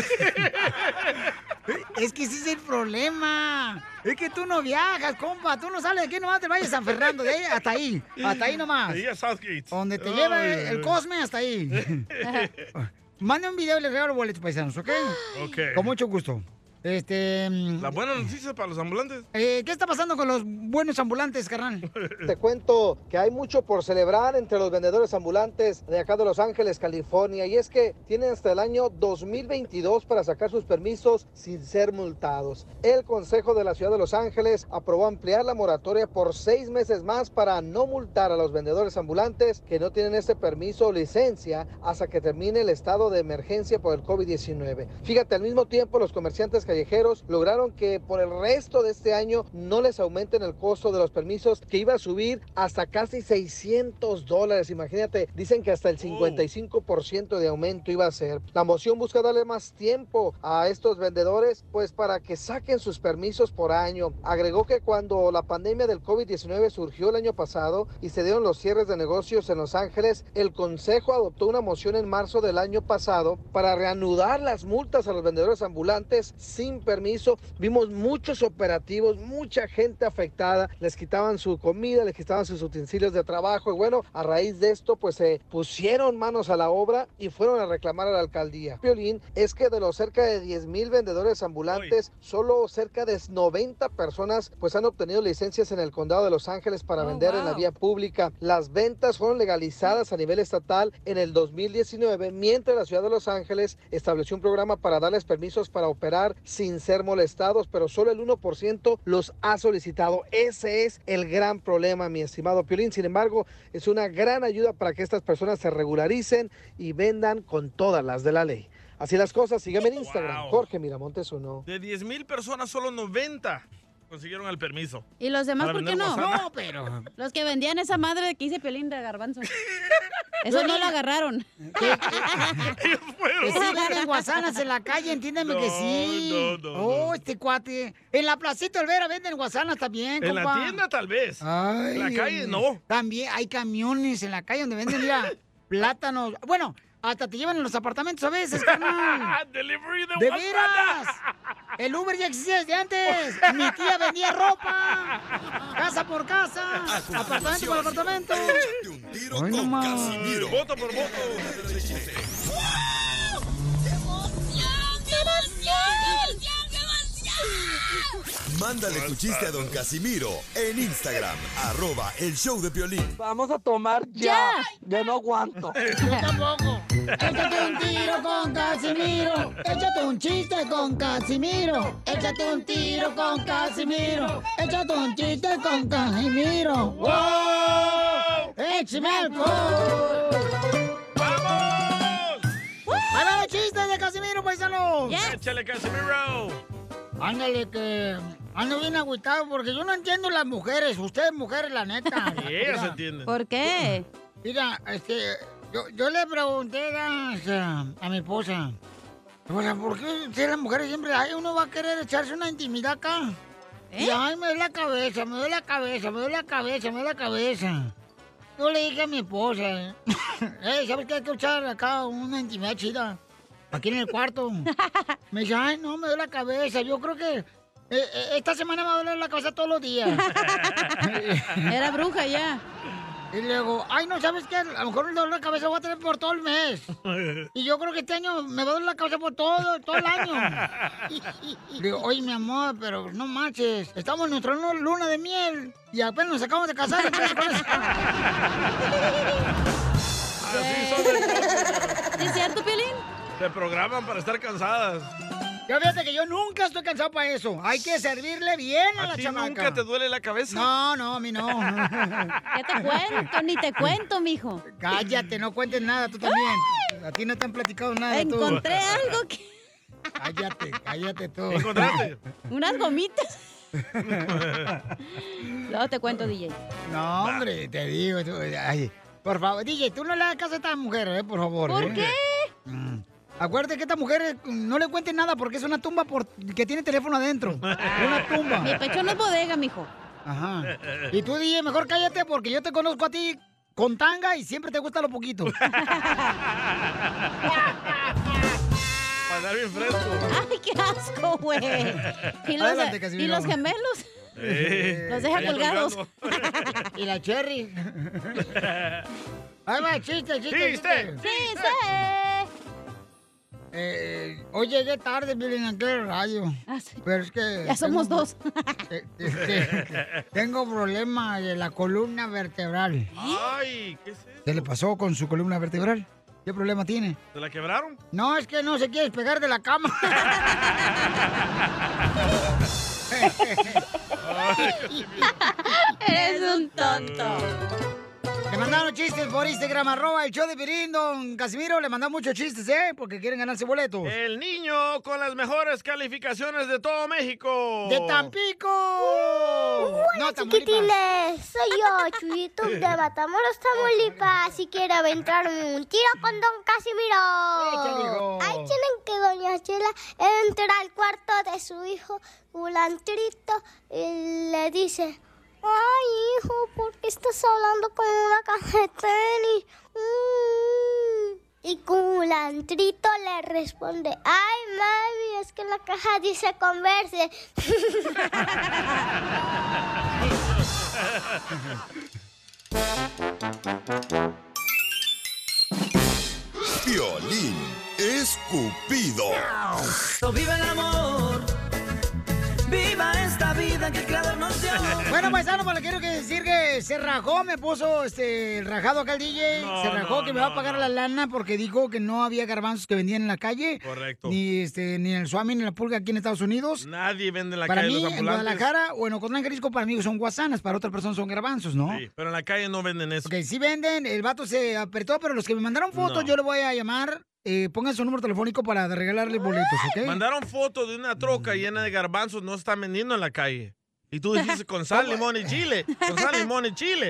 A: Es que ese es el problema. Es que tú no viajas, compa. Tú no sales de aquí nomás te vayas a San Fernando. De ahí hasta ahí. Hasta ahí nomás.
B: Ahí a Southgate.
A: Donde te lleva el, el Cosme hasta ahí. Manda un video y le regalo boletos paisanos, ¿ok?
B: Ok.
A: Con mucho gusto. Este. eh,
B: La buena noticia para los ambulantes.
A: ¿Qué está pasando con los buenos ambulantes, carnal?
C: Te cuento que hay mucho por celebrar entre los vendedores ambulantes de acá de Los Ángeles, California, y es que tienen hasta el año 2022 para sacar sus permisos sin ser multados. El Consejo de la Ciudad de Los Ángeles aprobó ampliar la moratoria por seis meses más para no multar a los vendedores ambulantes que no tienen este permiso o licencia hasta que termine el estado de emergencia por el COVID-19. Fíjate, al mismo tiempo los comerciantes callejeros lograron que por el resto de este año no les aumenten el costo de los permisos que iba a subir hasta casi 600 dólares. Imagínate, dicen que hasta el 55% de aumento iba a ser. La moción busca darle más tiempo a estos vendedores, pues para que saquen sus permisos por año. Agregó que cuando la pandemia del COVID-19 surgió el año pasado y se dieron los cierres de negocios en Los Ángeles, el Consejo adoptó una moción en marzo del año pasado para reanudar las multas a los vendedores ambulantes sin permiso. Vimos muchos operativos, mucha gente afectada. Les quitaban su comida, les quitaban sus utensilios de trabajo. Y bueno, a raíz de esto, pues se pusieron manos a la obra y fueron a reclamar a la alcaldía. Violín es que de los cerca de 10 mil vendedores ambulantes, solo cerca de 90 personas pues han obtenido licencias en el condado de Los Ángeles para vender en la
M: wow.
C: vía pública. Las ventas fueron legalizadas a nivel estatal en el 2019, mientras la ciudad de Los Ángeles estableció un programa para darles permisos para operar sin ser molestados, pero solo el 1% los ha solicitado. Ese es el gran problema, mi estimado Piolín. Sin embargo, es una gran ayuda para que estas personas se regularicen y vendan con todas las de la ley. Así las cosas, sígueme en Instagram, Jorge Miramontes uno.
B: De 10 mil personas, solo 90 consiguieron el permiso.
E: ¿Y los demás
B: Para
E: por qué
B: vender
E: no?
B: guasana.
E: Los que vendían esa madre de que hice pelín de garbanzo. Eso no lo agarraron.
A: Que sí venden guasanas en la calle, entiéndeme que sí.
B: No, no, no.
A: Oh, este cuate. En la placita Olvera venden guasanas también,
B: En la
A: compa.
B: tienda, tal vez.
A: Ay,
B: en la calle,
A: Dios
B: no.
A: mío. También hay camiones en la calle donde venden, mira, plátanos. Bueno, hasta te llevan en los apartamentos a veces, carnal.
B: Ah, Delivery de
A: ¡De
B: guasana.
A: veras! El Uber ya existía desde antes. Mi tía vendía ropa. Casa por casa.
B: Ah,
A: Apartamento por apartamento.
F: Tiro con Casimiro.
B: Voto por voto.
F: Mándale tu chiste a don Casimiro en Instagram, arroba el show de Piolín.
N: Vamos a tomar ya. Ya no aguanto.
A: tampoco. Échate un tiro con Casimiro. Échate un chiste con Casimiro. Échate un tiro con Casimiro. Échate un chiste con Casimiro. ¡Wow! ¡Échame ¡Vamos! ¡Ahí va el chiste de Casimiro, paisano!
B: Échale, Casimiro.
A: Ándale, que ando bien agüitado porque yo no entiendo las mujeres. Ustedes, mujeres, la neta.
B: Y ellas
A: Mira.
B: entienden.
A: qué? Mira, este, yo, yo le pregunté a, a mi esposa, esposa, ¿por qué si las mujeres siempre, ay, uno va a querer echarse una intimidad acá? Y, ay, me duele la cabeza, me duele la cabeza, me duele la cabeza, me duele la cabeza. Yo le dije a mi esposa, hey, ¿sabes Eh, qué? Hay que echar acá una intimidad chida, aquí en el cuarto. Me dice, ay, no, me duele la cabeza, yo creo que eh, eh, esta semana me va a doler la cabeza todos los días. Era bruja ya. Y luego, ay, no, ¿sabes qué? A lo mejor el dolor de cabeza voy a tener por todo el mes. Y yo creo que este año me va a doler la cabeza por todo, todo el año. Digo, oye, mi amor, pero no manches. Estamos en nuestra nu- luna de miel y apenas nos acabamos de casar. entonces, con eso-
E: ¿Es cierto, Piolín?
B: Te programan para estar cansadas.
A: Yo fíjate que yo nunca estoy cansado para eso. Hay que servirle bien a,
B: ¿A
A: la
B: ti
A: chamaca.
B: nunca te duele la cabeza?
A: No, no, a mí no. ¿Qué
E: te cuento? Ni te cuento, mijo.
A: Cállate, no cuentes nada, tú también. A ti no te han platicado nada. tú.
E: Encontré algo que...
A: Cállate, cállate tú.
E: ¿Encontraste? Unas gomitas. Luego te cuento, DJ.
A: No, hombre, te digo. tú- ay, por favor, DJ, tú no le hagas caso a estas mujeres, eh, por favor.
E: ¿Por
A: eh.
E: qué?
A: Mm. Acuérdate que estas mujeres mm, no le cuenten nada porque es una tumba por, que tiene teléfono adentro. Una tumba.
E: Mi pecho no es bodega, mijo.
A: Ajá. Y tú, DJ, mejor cállate porque yo te conozco a ti con tanga y siempre te gusta lo poquito.
B: Para andar bien fresco.
E: ¡Ay, qué asco, güey! Y los,
B: Adelante,
E: y
B: Casimiro.
E: los gemelos.
B: Eh,
E: Los deja
B: ahí
E: colgados.
A: y la Cherry. Ahí va, chiste, chiste.
E: Chiste. Chiste.
A: Eh, hoy llegué tarde, miren, ¿a qué rayo? Pero es que...
E: Ah, Ya somos
A: dos. tengo problema de la columna vertebral.
E: ¿Eh?
B: Ay, ¿qué es eso?
A: ¿Qué le pasó con su columna vertebral? ¿Qué problema tiene?
B: ¿Te la quebraron?
A: No, es que no se quiere despegar de la cama.
E: Eres un tonto.
A: Le mandaron chistes por Instagram, arroba el show de Pirín, don Casimiro. Le mandan muchos chistes, ¿eh? Porque quieren ganarse boletos.
B: El niño con las mejores calificaciones de todo México.
A: ¡De Tampico!
M: Uh, Hola, chiquitines. Soy yo, Chuyito de Batamoros, Tamaulipas. Así que era aventarme un tiro con Don Casimiro. Ahí tienen que Doña Chela entra al cuarto de su hijo, Gulantrito, y le dice... Ay, hijo, ¿por qué estás hablando con una caja de tenis? Mm. Y Culantrito le responde, ay, mami, es que la caja dice converse.
F: Violín escupido.
I: Viva el amor, viva esta vida que el creador nos dio.
A: Bueno, paisano, pues le quiero que decir que se rajó, me puso este el rajado acá el DJ.
B: No,
A: se rajó
B: no,
A: que me va a
B: no,
A: pagar la lana porque dijo que no había garbanzos que vendían en la calle.
B: Correcto.
A: Ni este, ni en el Suami, ni en la pulga aquí en Estados Unidos.
B: Nadie vende en la
A: para
B: calle
A: mí,
B: los
A: en
B: ambulantes.
A: Guadalajara o en Ocotlán, Jalisco, para mí son guasanas, para otra persona son garbanzos, ¿no?
B: Sí, pero en la calle no venden eso.
A: Ok, sí venden, el vato se apretó, pero los que me mandaron fotos,
B: No.
A: yo le voy a llamar. Eh, pongan su número telefónico para regalarle boletos, ¿ok?
B: Mandaron foto de una
A: Mm.
B: troca llena de garbanzos, no están vendiendo en la calle. Y tú dijiste con sal, limón y chile. Con sal, limón y chile.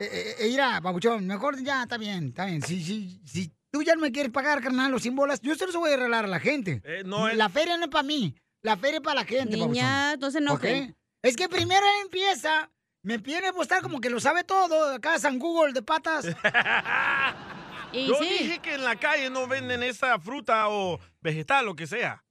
A: Eh, eh, eh, mira, papuchón, mejor ya, está bien, está bien. Si, si, si tú ya no me quieres pagar, carnal, los sin bolas, yo se los voy a regalar a la gente.
B: Eh, no,
A: La feria no es para mí, la feria es para la gente,
E: Niña,
A: papuchón.
E: no se enoje.
A: ¿Ok? Es que primero él empieza, me viene a postar como que lo sabe todo, acá San Google de patas.
B: Yo dije que en la calle no venden esa fruta o vegetal, lo que sea.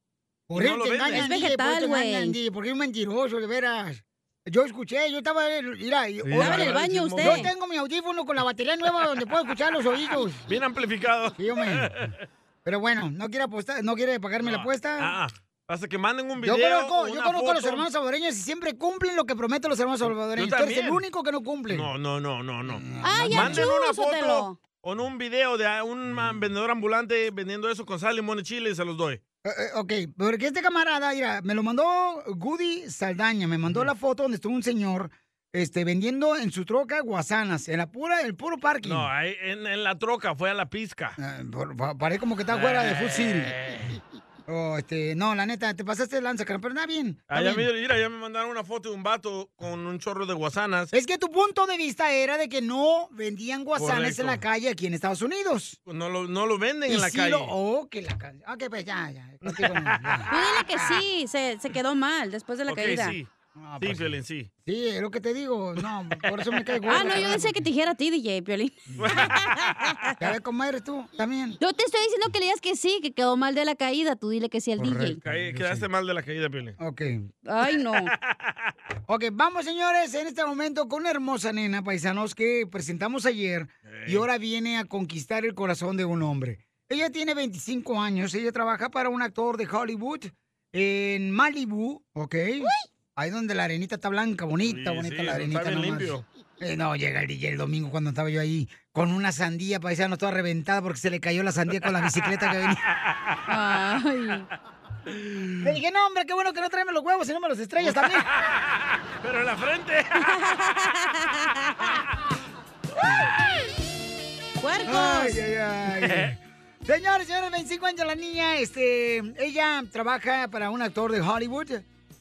A: Por
B: Y
A: él te
B: venden.
A: engañan, DJ, por él te engañan, DJ, porque es un mentiroso, de veras. Yo escuché, yo estaba... Mira, yo-
B: Estaba en el baño usted.
A: Yo tengo mi audífono con la batería nueva donde puedo escuchar los oídos.
B: Bien amplificado.
A: Sí, hombre. Pero bueno, no quiere apostar, no quiere pagarme la apuesta.
B: Ah, hasta que manden un
A: Yo
B: video.
A: conozco,
B: o
A: yo
B: una
A: conozco a los
B: foto.
A: hermanos salvadoreños y siempre cumplen lo que prometen los hermanos salvadoreños.
B: Yo
A: Tú eres el
B: también.
A: único que no cumple.
B: No, no, no, no, no.
A: Ah, ya,
B: Manden una
A: chúsotelo.
B: foto o no un video de un man- vendedor ambulante vendiendo eso con sal, limón y chile y se los doy.
A: Eh, eh, ok, porque este camarada, mira, me lo mandó Goody Saldaña, me mandó la foto donde estuvo un señor este, vendiendo en su troca guasanas, en la pura, el puro parking.
B: No, ahí en, en la troca, fue a la pizca.
A: Ah, por- pa- parece como que está fuera de Food City.
B: Eh.
A: Oh, este, no, la neta, te pasaste de lanza, carnal, pero nada bien. está
B: Allá,
A: bien.
B: mira, mira, ya me mandaron una foto de un vato con un chorro de guasanas.
A: Es que tu punto de vista era de que no vendían guasanas
B: Correcto.
A: en la calle aquí en Estados Unidos.
B: No lo, no lo venden
A: Y
B: en la
A: sí
B: calle.
A: lo- oh, que la calle. Ok, pues ya, ya. contigo no.
E: Tú dile que sí, se, se quedó mal después de la
B: Ok,
E: caída.
B: sí. sí, Piolín, sí.
A: pues Sí, es lo que te digo. No, por eso me cae gordo.
E: Ah, no, yo decía que te dijera a ti, DJ Piolín.
A: Ya ves cómo eres tú también.
E: Yo te estoy diciendo que le digas que sí, que quedó mal de la caída. Tú dile que sí al DJ.
B: Caí- quedaste mal de la caída, Piolín. Eh,
A: Ok.
E: Ay, no.
A: Ok, vamos, señores, en este momento con una hermosa nena, paisanos, que presentamos ayer y ahora viene a conquistar el corazón de un hombre. Ella tiene 25 años, ella trabaja para un actor de Hollywood en Malibu, ¿ok? Ahí donde la arenita está blanca, bonita,
B: Sí,
A: bonita
B: sí,
A: la arenita.
B: está bien
A: nomás.
B: limpio.
A: Eh, no, llega el DJ el domingo cuando estaba yo ahí con una sandía, paisano, toda reventada porque se le cayó la sandía con la bicicleta que venía. Le dije, no, hombre, qué bueno que no tráeme los huevos, sino me los estrellas también.
B: Pero en la frente.
A: ¡Puercos! Ay, ay, ay. Señores, señores, 25 años la niña, este, ella trabaja para un actor de Hollywood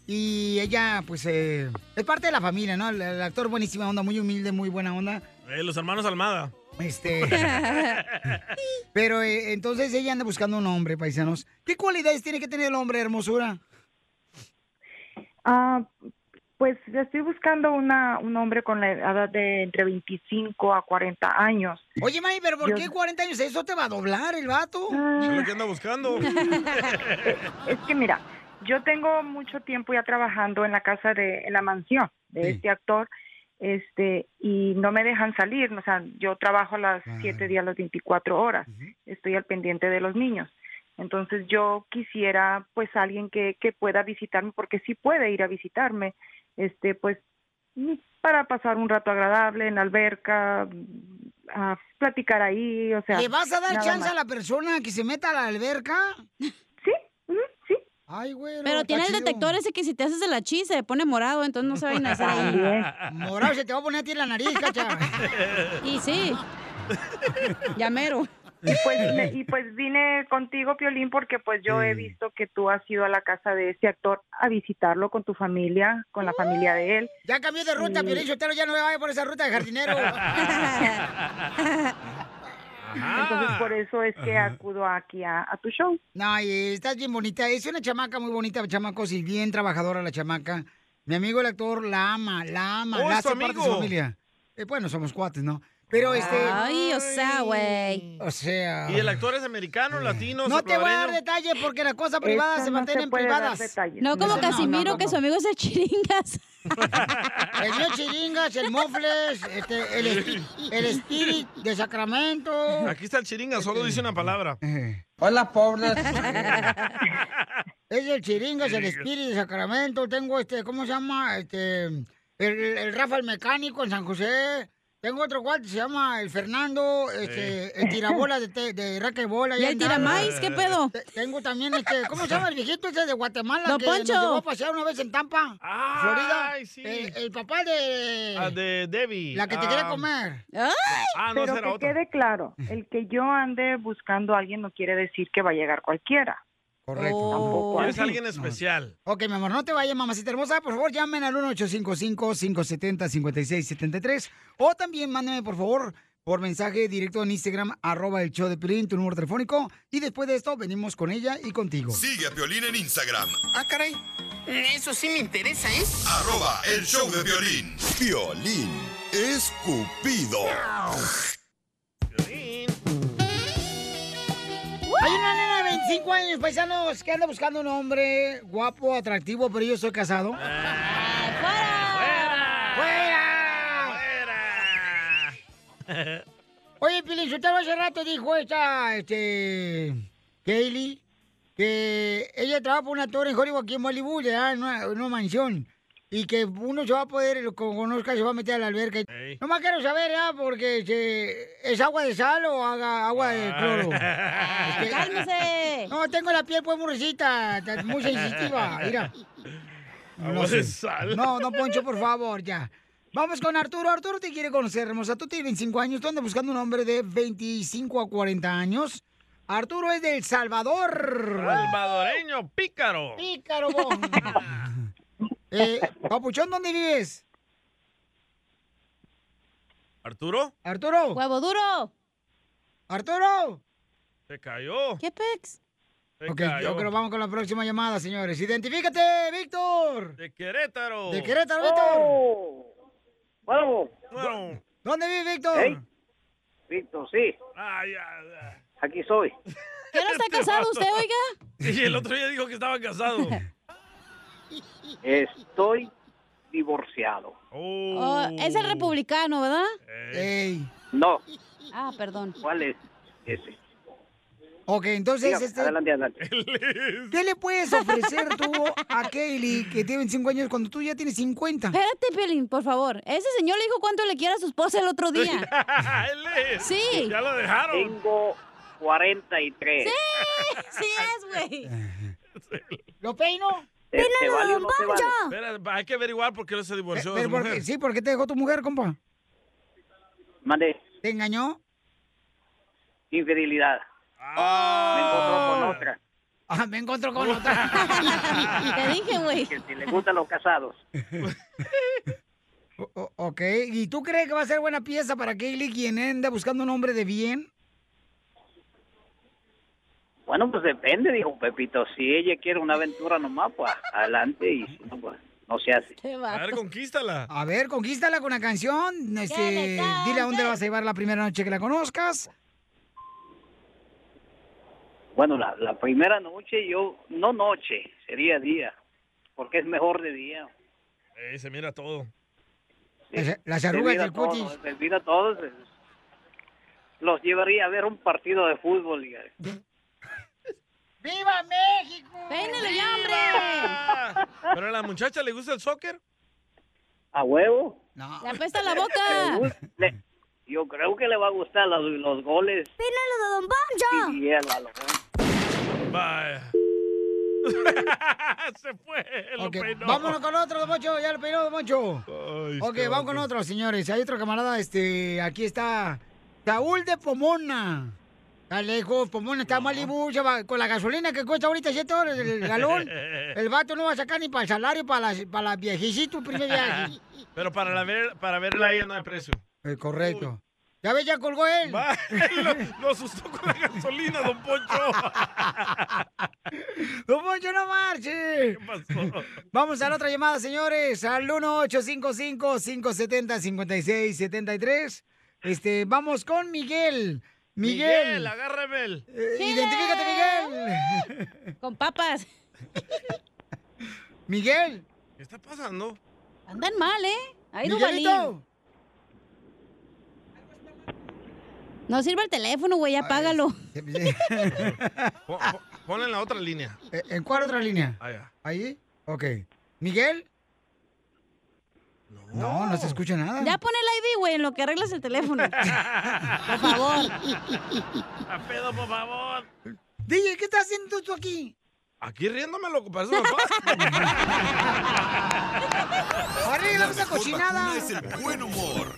A: y ella, pues, eh, es parte de la familia, ¿no? El, el actor buenísima onda, muy humilde, muy buena onda.
B: Eh, los hermanos Almada.
A: Este. Pero eh, entonces ella anda buscando un hombre, paisanos. ¿Qué cualidades tiene que tener el hombre, hermosura?
H: Ah,
O: Pues estoy buscando una, un hombre con la edad de entre 25 a 40 años.
A: Oye, May, pero ¿por
O: Yo- Ah.
A: qué 40 años? ¿Eso te va a doblar el vato?
O: Es lo que
B: anda buscando.
O: es que mira, yo tengo mucho tiempo ya trabajando en la casa de, en la mansión de
M: Sí.
O: este actor, este, y no me dejan salir, o sea, yo trabajo las siete días, las 24 horas, estoy al pendiente de los niños. Entonces yo quisiera, pues, alguien que, que pueda visitarme, porque sí puede ir a visitarme, este, pues, mm, para pasar un rato agradable en la alberca, mm, a platicar ahí, o sea.
A: ¿Le vas a dar
O: nada
A: chance
O: más.
A: a la persona que se meta a la alberca?
O: Sí, sí.
A: Ay, güey.
E: Pero tiene el detector ese que si te haces de la chi se pone morado, entonces no se vayan a hacer ahí.
A: También. Morado se te va a poner a ti en la nariz, cacha.
E: Y sí. Llamero.
O: Y pues, me- y pues vine contigo, Piolín, porque pues yo he visto que tú has ido a la casa de este actor a visitarlo con tu familia, con la familia de él.
A: Ya cambió de ruta,
O: Sí.
A: Piolín Sotelo, ya no me vaya por esa ruta de jardinero.
O: Entonces por eso es que acudo aquí a, a tu show.
A: No, y estás bien bonita. Es una chamaca muy bonita, chamacos, y bien trabajadora la chamaca. Mi amigo el actor la ama, la ama,
E: Oh,
A: la
E: es tu
A: hace parte de su
E: amigo.
A: familia. Eh, bueno, somos cuates, ¿no? Pero este...
E: Ay, o sea, güey.
A: O sea... Eh.
B: ¿Y el actor es americano, latino,
A: No te voy a dar
B: salvadoreño?
A: detalles porque las cosas privadas
E: Eso
A: se
E: no
A: mantienen
E: se puede dar
A: privadas.
E: detalles. No como Casimiro, que su amigo es el chiringas.
A: El mío es chiringas, el mofles, este, el, espi- el spirit de Sacramento.
B: Aquí está el chiringa, solo dice una palabra.
A: Hola, pobres. Es el chiringas, el spirit de Sacramento. Tengo este, ¿cómo se llama? Este, el, el Rafa el mecánico en San José. Tengo otro cuate, se llama el Fernando, este,
E: Eh.
A: el tirabola de, te- de raquebola.
E: ¿Y
A: ya
E: el
A: andaba.
E: tiramais? ¿Qué pedo?
A: Te- Tengo también este, ¿cómo se llama el viejito ese de Guatemala?
E: Don
A: que nos
E: Poncho.
A: llevó a pasear una vez en Tampa, Florida. El, el papá de...
B: Ah, de Debbie.
A: La que te
B: Ah,
A: quiere comer.
B: Ah, no,
O: Pero
B: será
O: que
B: otra.
O: quede claro, el que yo ande buscando a alguien no quiere decir que va a llegar cualquiera.
A: Correcto.
B: Es alguien especial.
A: Ok, mi amor, no te vayas, mamacita hermosa. Por favor, llamen al 1-855-570-5673. O también mándenme, por favor, por mensaje directo en Instagram, arroba el show de Piolín, tu número telefónico. Y después de esto, venimos con ella y contigo.
F: Sigue a Piolín en Instagram.
J: Ah, caray. Eso sí me interesa, ¿eh?
F: Arroba el show de violín. Violín escupido.
A: Hay una nena de 25 años, paisanos, que anda buscando un hombre guapo, atractivo, pero yo soy casado. Oye, Pilín, usted hace rato dijo esta, este, Kaylee, que ella trabaja por una torre en Hollywood aquí en Malibu, ¿verdad? en una, en una mansión, y que uno se va a poder, lo que conozca, se va a meter a la alberca. No más quiero saber, ¿ah? Porque este, es agua de sal o haga- agua
I: Ah.
A: de cloro. Este,
E: Ah. cálmese.
A: No, tengo la piel pues murcita, muy sensitiva, mira.
B: Agua de Ah, sal.
A: No, no, Poncho, por favor, ya. Vamos con Arturo. Arturo te quiere conocer, hermosa. Tú tienes 25 años, tú andas buscando un hombre de 25 a 40 años. Arturo es del Salvador.
B: Salvadoreño, pícaro.
A: Pícaro, vos. eh, Papuchón, ¿dónde vives?
B: ¿Arturo?
A: Arturo.
E: Huevo duro.
A: Arturo.
B: Se cayó.
E: Oh. ¿Qué pex?
B: Se
A: Ok,
B: cayó.
A: yo creo vamos con la próxima llamada, señores. Identifícate, Víctor.
B: De Querétaro.
A: De Querétaro, Víctor.
P: Bueno.
A: ¿Dónde vive Víctor?
P: ¿Eh? Víctor, sí. Aquí soy.
E: ¿Qué no está casado usted, oiga?
B: Y el otro día dijo que estaba casado.
P: Estoy divorciado.
E: Oh, es el republicano, ¿verdad?
P: No,
E: Ah, perdón.
P: ¿cuál es ese?
A: Ok, entonces,
P: Dígame,
A: este,
P: Adelante, adelante.
A: ¿qué le puedes ofrecer tú a Kaylee que tiene 25 años cuando tú ya tienes 50?
E: Espérate, Pelín, por favor. Ese señor le dijo cuánto le quiere a su esposa el otro día. Sí. Ya lo dejaron.
P: Tengo 43.
E: Sí, sí es, güey.
A: ¿Lo peino?
P: ¿Te- Eh, te Peínalo, vale o no te vale?
B: Espera, hay que averiguar por qué no se divorció de
A: Pero
B: su
A: por qué-
B: mujer.
A: Eh, sí, ¿por qué te dejó tu mujer, compa?
P: Mande
A: ¿Te engañó?
P: infidelidad.
B: Ah.
P: Me encontró con otra.
A: Ah, me encontró con otra.
E: Te dije, güey.
P: Que si le gustan los casados.
A: O- o- ok, ¿y tú crees que va a ser buena pieza para Kaylee quien anda buscando un hombre de bien?
P: Bueno, pues depende, dijo Pepito. Si ella quiere una aventura nomás, pues adelante. Y si no, pues No se hace.
B: A ver, conquístala.
A: A ver, conquístala con la canción. Este, dile a dónde vas a llevar la primera noche que la conozcas.
P: Bueno, la, la primera noche yo, no noche, sería día, porque es mejor de día.
B: Eh, se mira todo.
A: Las, las arrugas
P: Eh, mira
A: del
P: todo,
A: cutis.
P: se mira todo, se- Los llevaría a ver un partido de fútbol. diga.
A: ¡Viva México!
E: ¡Peínelo ya, hombre!
B: ¿Pero a la muchacha le gusta el soccer?
P: ¿A huevo?
E: ¡Le apesta la boca!
P: Le- yo creo que le va a gustar los, los goles.
E: ¡Pínalo de Don
P: Y y él, a lo mejor.
B: Vaya. se fue, lo
A: Ok,
B: peinó.
A: Vámonos con otro, Don Poncho, ya lo peinó, Don Poncho. ok,
B: este
A: vamos con
B: vato.
A: otro, señores. Hay otro camarada, este, aquí está Saúl de Pomona. Está lejos, Pomona está en Malibu, ya va- con la gasolina que cuesta ahorita 7 dólares el galón. El vato no va a sacar ni para el salario, para las, para las viejecitas, primer viaje. Eh,
B: Pero para, la ver, para verla a ella no hay precio.
A: correcto. Ya ves, ya colgó él.
B: lo, lo asustó con la gasolina, don Poncho.
A: ¡No, Poncho, no marche! Vamos a la otra llamada, señores, al 1-855-570-5673. Este, vamos con Miguel. Miguel.
B: Miguel, agárrame el.
A: Eh, identifícate, Miguel.
E: Con papas.
A: Miguel.
B: ¿Qué está pasando?
E: Andan mal, ¿eh? Ahí
A: Miguelito.
E: Dubalín. No sirve el teléfono, güey, apágalo.
B: Pon- pon- Ponla en la otra línea.
A: Eh, ¿En cuál otra línea?
B: Allá.
A: ¿Ahí? Ok. ¿Miguel? No, no, se escucha nada.
E: Ya pon el ID, güey, en lo que arreglas el teléfono. Por favor.
B: A pedo, por favor.
A: DJ, ¿qué estás haciendo tú aquí?
B: Aquí riéndome, loco, para eso me pasa.
A: ¡Arregla esa cochinada!
F: Es el buen humor.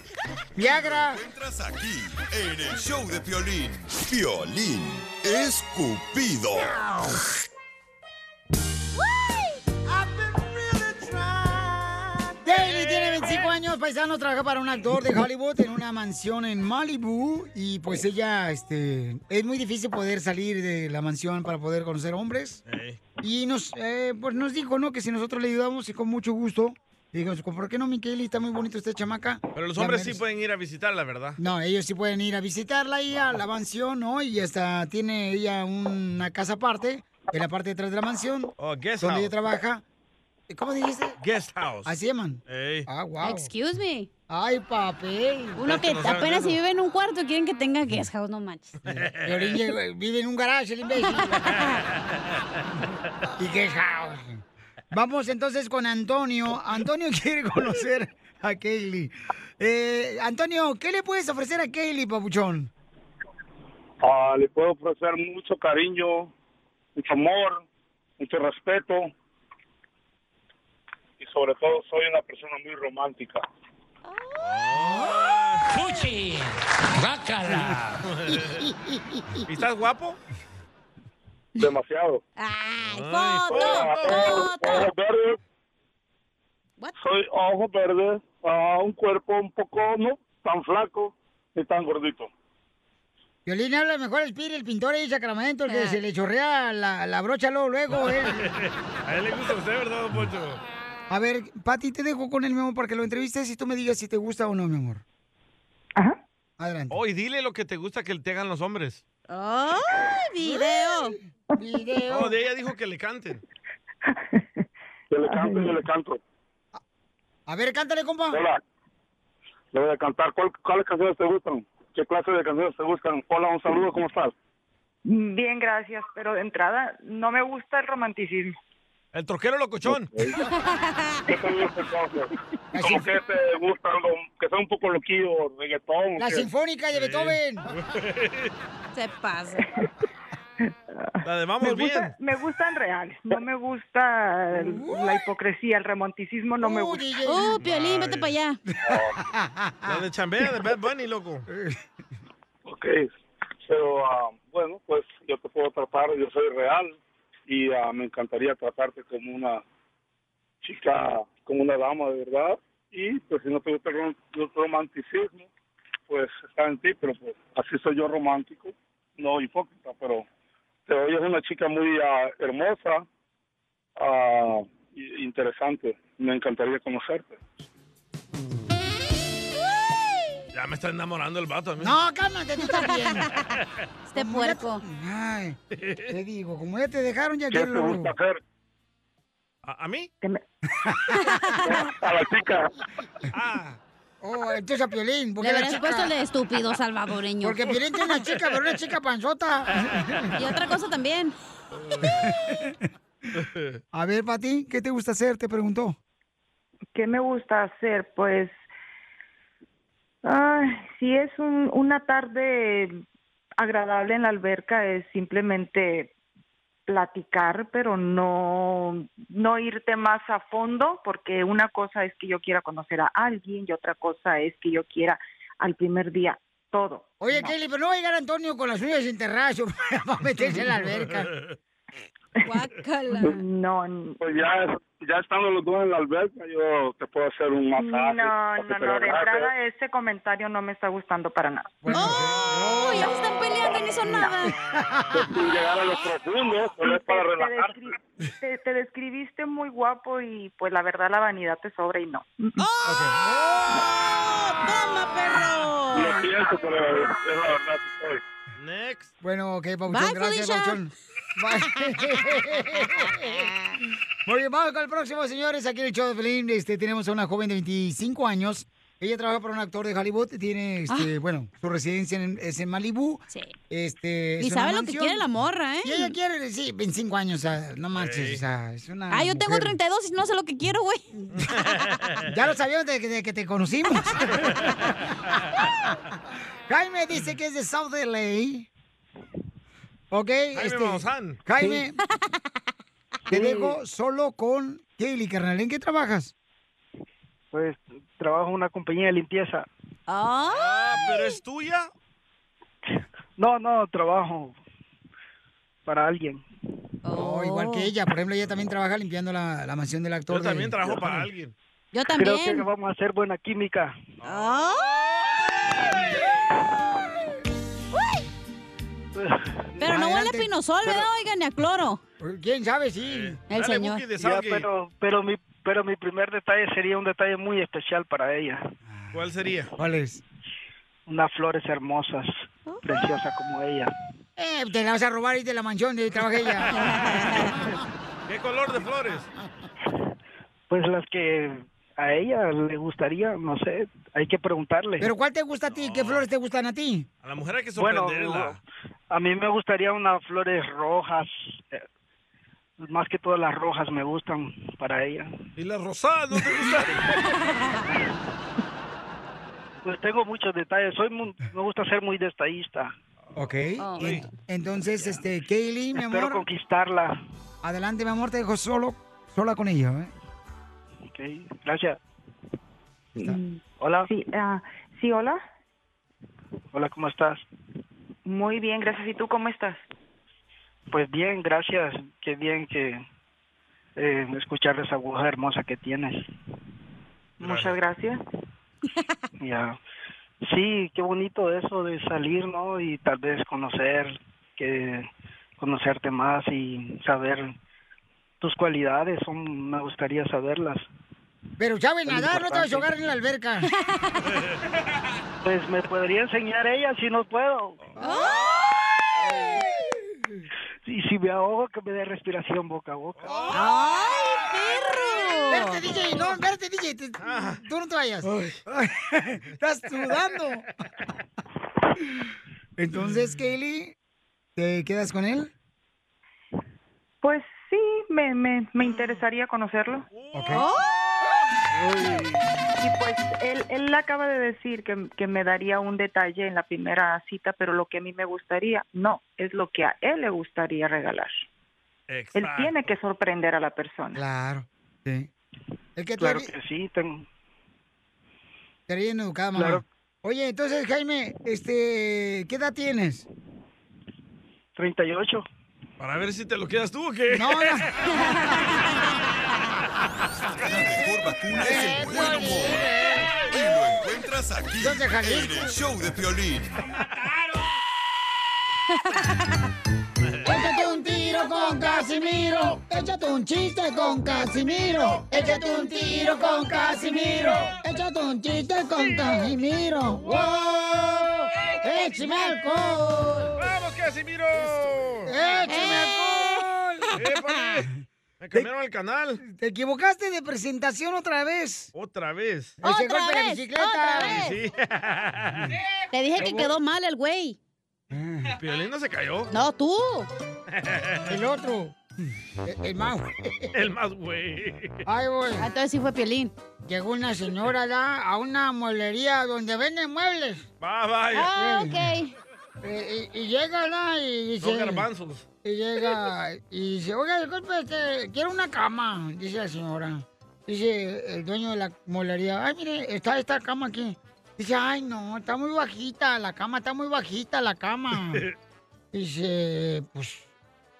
A: Viagra.
F: Entras aquí en el show de Piolín. Piolín escupido.
A: Daily tiene 25 años, paisano, trabaja para un actor de Hollywood en una mansión en Malibu y pues ella, este, es muy difícil poder salir de la mansión para poder conocer hombres. Y nos, eh, pues nos dijo, ¿no? Que si nosotros le ayudamos y con mucho gusto. Y Digo, ¿por qué no, Miqueli? Está muy bonito esta chamaca.
B: Pero los
A: La
B: hombres sí
A: merece".
B: pueden ir a visitarla, ¿verdad?
A: No, ellos sí pueden ir a visitarla y a la mansión, ¿no? Y hasta tiene ella una casa aparte, en la parte de atrás de la mansión,
B: Oh, guest
A: donde ella
B: house.
A: trabaja. ¿Cómo dijiste?
B: Guest house. Eh.
A: Así llaman.
B: Ey.
A: Ah, wow.
E: Excuse me.
A: Ay, papel.
E: Uno que
A: Es que no saben
E: apenas
A: eso.
E: si vive en un cuarto quieren que tenga guest house, no manches.
A: Violín llegó- vive en un garage, el imbécil. y qué jao. Vamos entonces con Antonio. Antonio quiere conocer a Kaylee. Eh, Antonio, ¿qué le puedes ofrecer a Kaylee, papuchón?
Q: Ah, le puedo ofrecer mucho cariño, mucho amor, mucho respeto. Y sobre todo soy una persona muy romántica.
I: ¡Sushi! ¡Bácala!
B: ¿Y estás guapo?
Q: Demasiado. Ojos ojos verdes. Soy ojos verdes, ah, un cuerpo un poco no tan flaco ni tan gordito.
A: Violín habla mejor el Piri, el pintor ahí de Sacramento, el que se le chorrea la, la brocha luego, luego. él.
B: a él le gusta a usted, ¿verdad, don Poncho?
A: A ver, Pati, te dejo con él mismo para que lo entrevistes y tú me digas si te gusta o no, mi amor. Ajá. Adelante.
B: Oh, y dile lo que te gusta que te hagan los hombres.
O: Ah.
E: ¡Oh, video!
A: ¡Video!
B: Oh, de ella dijo que le canten.
Q: Yo le canto, yo le canto.
A: A ver, cántale, compa.
Q: Hola. Le voy a cantar. ¿Cuál- ¿Cuáles canciones te gustan? ¿Qué clase de canciones te gustan? Hola, un saludo, ¿cómo estás?
O: Bien, gracias, pero de entrada no me gusta el romanticismo.
B: El troquero locochón.
Q: ¿Qué te gusta entonces? ¿Cómo que este? te gusta algo que sea un poco loquillo, reggaetón?
A: La
Q: que-
A: Sinfónica de Beethoven.
E: Se pasa.
B: La de vamos
O: me
B: bien.
O: gusta- me gustan reales, no me gusta el- la hipocresía, el romanticismo no me
E: Uh,
O: gusta.
E: DJ. Uh, Piolín, vete para allá.
B: La de chambea de Bad Bunny, loco.
Q: Ok, pero ah, bueno, pues yo te puedo tratar, yo soy real y ah, me encantaría tratarte como una chica, como una dama de verdad. Y pues si no te gusta el rom- el romanticismo, pues está en ti, pero pues así soy yo romántico, no hipócrita, pero te oyes una chica muy ah, hermosa, ah, i- interesante. Me encantaría conocerte.
B: Ya me está enamorando el vato a mí.
A: No, cálmate, tú también.
E: Este
A: puerco. Ay, te digo, como ya te dejaron, ya
Q: ¿Qué
A: quiero
Q: te
A: lo-
Q: gusta hacer?
B: ¿A, a mí?
Q: A la chica.
B: Ah.
A: Oh, entonces a Piolín. Porque
E: Le
A: la
E: habrás
A: chica...
E: puesto el de estúpido salvadoreño.
A: Porque Piolín tiene una chica, pero una chica panzota.
E: Y otra cosa también.
A: A ver, Pati, ¿qué te gusta hacer? Te preguntó.
O: ¿Qué me gusta hacer? Pues, ay, si es un- una tarde agradable en la alberca, es simplemente platicar, pero no, no irte más a fondo, porque una cosa es que yo quiera conocer a alguien y otra cosa es que yo quiera al primer día todo.
A: Oye, Kelly, pero no va a llegar Antonio con las uñas enterradas para meterse en la alberca.
O: No,
Q: Pues ya, ya estando los dos en la alberca, yo te puedo hacer un masaje.
O: No,
Q: para que
O: no,
Q: te
O: no, de
Q: relajes.
O: entrada ese comentario no me está gustando para nada.
E: ¡Oh! Ya se están peleando y no son nada.
Q: Sin Pues, llegar a lo profundo, solo es para relajarte.
O: Te, te describiste muy guapo y pues la verdad la vanidad te sobra y no. Mm,
E: ¡Toma, perro!
Q: Lo siento, pero es la verdad que soy.
B: Next.
A: Bueno, ok, Pauchón,
B: Bye,
A: gracias,
B: Felicia.
A: Pauchón. Bye. Muy bien, vamos con el próximo, señores. Aquí en el show de Pelín, este, tenemos a una joven de 25 años. Ella trabaja para un actor de Hollywood, tiene, este, bueno, su residencia en- es en Malibú.
E: Ah. Sí.
A: Este,
E: Y
A: es una
E: sabe lo que
A: mansión.
E: quiere la morra, ¿eh?
A: Y ella quiere, sí, 25 años, o sea, no marches, o sea, es una
E: Ah, yo tengo
A: mujer.
E: 32 y no sé lo que quiero, güey.
A: Ya lo sabíamos desde que, de que te conocimos. Jaime dice que es de South LA. Ok. Jaime
B: Maussan.
A: Jaime, te
R: Sí.
A: dejo solo con Kelly, carnal. ¿En qué trabajas?
R: Pues trabajo en una compañía de limpieza.
E: Ah,
B: pero es tuya.
R: No, no, trabajo para alguien.
A: Oh, igual que ella. Por ejemplo, ella también trabaja limpiando la, la mansión del actor.
B: Yo también trabajo
A: de-
B: para alguien.
E: Yo
R: Creo que vamos a hacer buena química.
E: Pero no huele a
A: Adelante. Pues,
E: pinosol, ¿verdad? Oigan, ni a cloro.
A: ¿Quién sabe? Sí.
O: Eh,
E: El señor.
R: Ya, pero, pero, mi, pero mi primer detalle sería un detalle muy especial para ella.
B: ¿Cuál sería?
A: ¿Cuál es?
R: Unas flores hermosas,
E: Ah.
R: preciosas como ella.
A: Eh, te la vas a robar y de la mansión de trabaja ella.
B: ¿Qué color de flores?
R: Pues las que a ella le gustaría, no sé, hay que preguntarle.
A: ¿Pero cuál te gusta a ti? ¿Qué flores te gustan a ti?
B: A la mujer hay que
R: Bueno,
B: sorprenderla.
R: a mí me gustaría unas flores rojas. eh, Más que todas las rojas me gustan para ella.
B: ¿Y las rosadas no te gustan?
R: Pues tengo muchos detalles. Soy mu- me gusta ser muy detallista.
A: Ok.
E: Oh.
A: Ent- Entonces, este, Kaylee, mi
R: Espero
A: amor.
R: conquistarla.
A: Adelante, mi amor, te dejo solo, sola con ella, ¿eh?
R: Ok, gracias. Mm.
O: Hola. Sí, ah, sí, hola.
R: Hola, ¿cómo estás?
O: Muy bien, gracias. ¿Y tú cómo estás?
R: Pues bien, gracias. Qué bien que eh, escuchar esa voz hermosa que tienes.
O: Muchas gracias.
R: Ya. Sí, qué bonito eso de salir, ¿no? Y tal vez conocer, que conocerte más y saber tus cualidades, son, me gustaría saberlas.
A: Pero sabe
R: Es
A: nadar, no te vas a
R: importante.
A: jugar en la alberca.
R: Pues me podría enseñar ella si no puedo. Y si me ahogo, que me dé respiración boca a boca.
A: Oh. Ah, ¡Ay, perro! Verte, DJ, no, verte, DJ, te- tú no te vayas. Estás sudando. Entonces, Kaylee, ¿te quedas con él?
O: Pues sí, me, me, me interesaría conocerlo. Y pues él, él acaba de decir que, que me daría un detalle en la primera cita, pero lo que a mí me gustaría, no, es lo que a él le gustaría regalar. Él tiene que sorprender a la persona.
A: Claro. El que tú
R: Claro
A: eres-
R: que sí, tengo.
A: te eres bien educada, mamá.
R: Claro.
A: Oye, entonces, Jaime, este, ¿qué edad tienes?
R: 38.
B: Para ver si te lo quedas tú o qué.
A: No, no.
F: Es el buen humor. Y lo encuentras aquí, en el show de Piolín.
A: Échate un tiro con con Casimiro. Échate un chiste con Casimiro. Échate un tiro con Casimiro. Échate un chiste con Casimiro. ¡Wow! ¡Échame alcohol!
B: ¡Vamos, Casimiro!
A: ¡Échame alcohol!
B: ¡Eh! ¡Épale! Me cambiaron el canal.
A: Te equivocaste de presentación otra vez.
B: Otra vez.
A: Ese
E: Otra
A: golpe de
E: vez,
A: bicicleta.
E: otra
B: Sí.
E: Te dije que quedó mal el güey.
B: Piolín no se cayó.
E: No, tú.
A: El otro. El, más.
B: El más güey.
A: Ay, voy.
E: Ah, Entonces sí fue Piolín.
A: Llegó una señora ¿da? a una mueblería donde venden muebles.
B: Va, vaya.
A: Ah, ok. y, y llega ¿da? y dice...
B: Son garbanzos.
A: Y llega y dice, oiga, disculpe, este, quiero una cama, dice la señora. Dice el dueño de la molería, ay, mire, está esta cama aquí. Dice, ay, no, está muy bajita la cama, está muy bajita la cama. Dice, pues,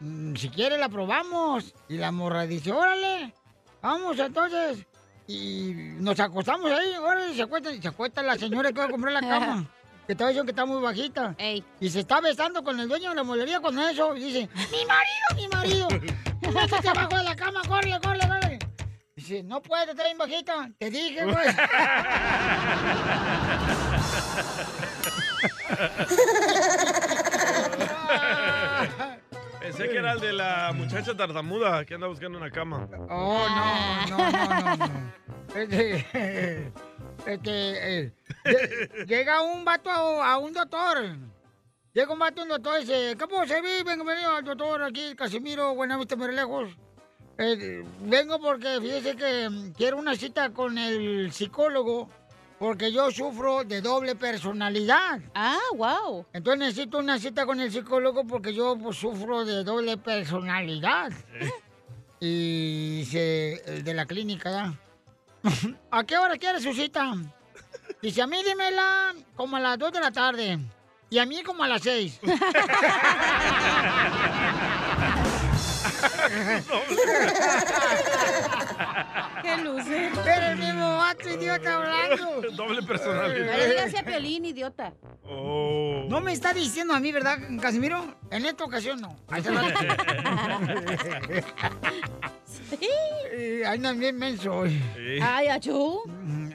A: mm, si quiere la probamos. Y la morra dice, órale, vamos entonces. Y nos acostamos ahí, órale, se acuesta, se acuesta la señora que va a comprar la cama. Que estaba diciendo que está muy bajita. Y se está besando con el dueño de la molería con eso. Y dice, mi marido, mi marido. Métete abajo de la cama, corre, corre, corre. Dice, no puedes, está bien bajita. Te dije, pues". güey.
B: Pensé que era el de la muchacha tartamuda que anda buscando una cama.
A: Oh, no, no, no, no. no. Este, este, eh, lle- llega un vato a, a un doctor. Llega un vato a un doctor y dice, ¿qué puedo servir? Vengo, venido al doctor aquí, Casimiro, Buenavista, Mirelejos. Eh, vengo porque fíjese que mm, quiero una cita con el psicólogo porque yo sufro de doble personalidad. Ah, wow. Entonces necesito una cita con el psicólogo porque yo pues, sufro de doble personalidad. Y dice el de la clínica, ¿da? ¿A qué hora quiere su cita? Dice, a mí dímela como a las 2 de la tarde. Y a mí como a las 6. ¡Qué luce! Pero el mismo vato idiota hablando.
B: Doble
E: No le digas a
B: personalidad.
E: Piolín, idiota.
B: Oh.
A: No me está diciendo a mí, ¿verdad, Casimiro? En esta ocasión no. Ahí se va. Eh, Ay, no, bien menso hoy.
B: Sí.
A: Ay, achú.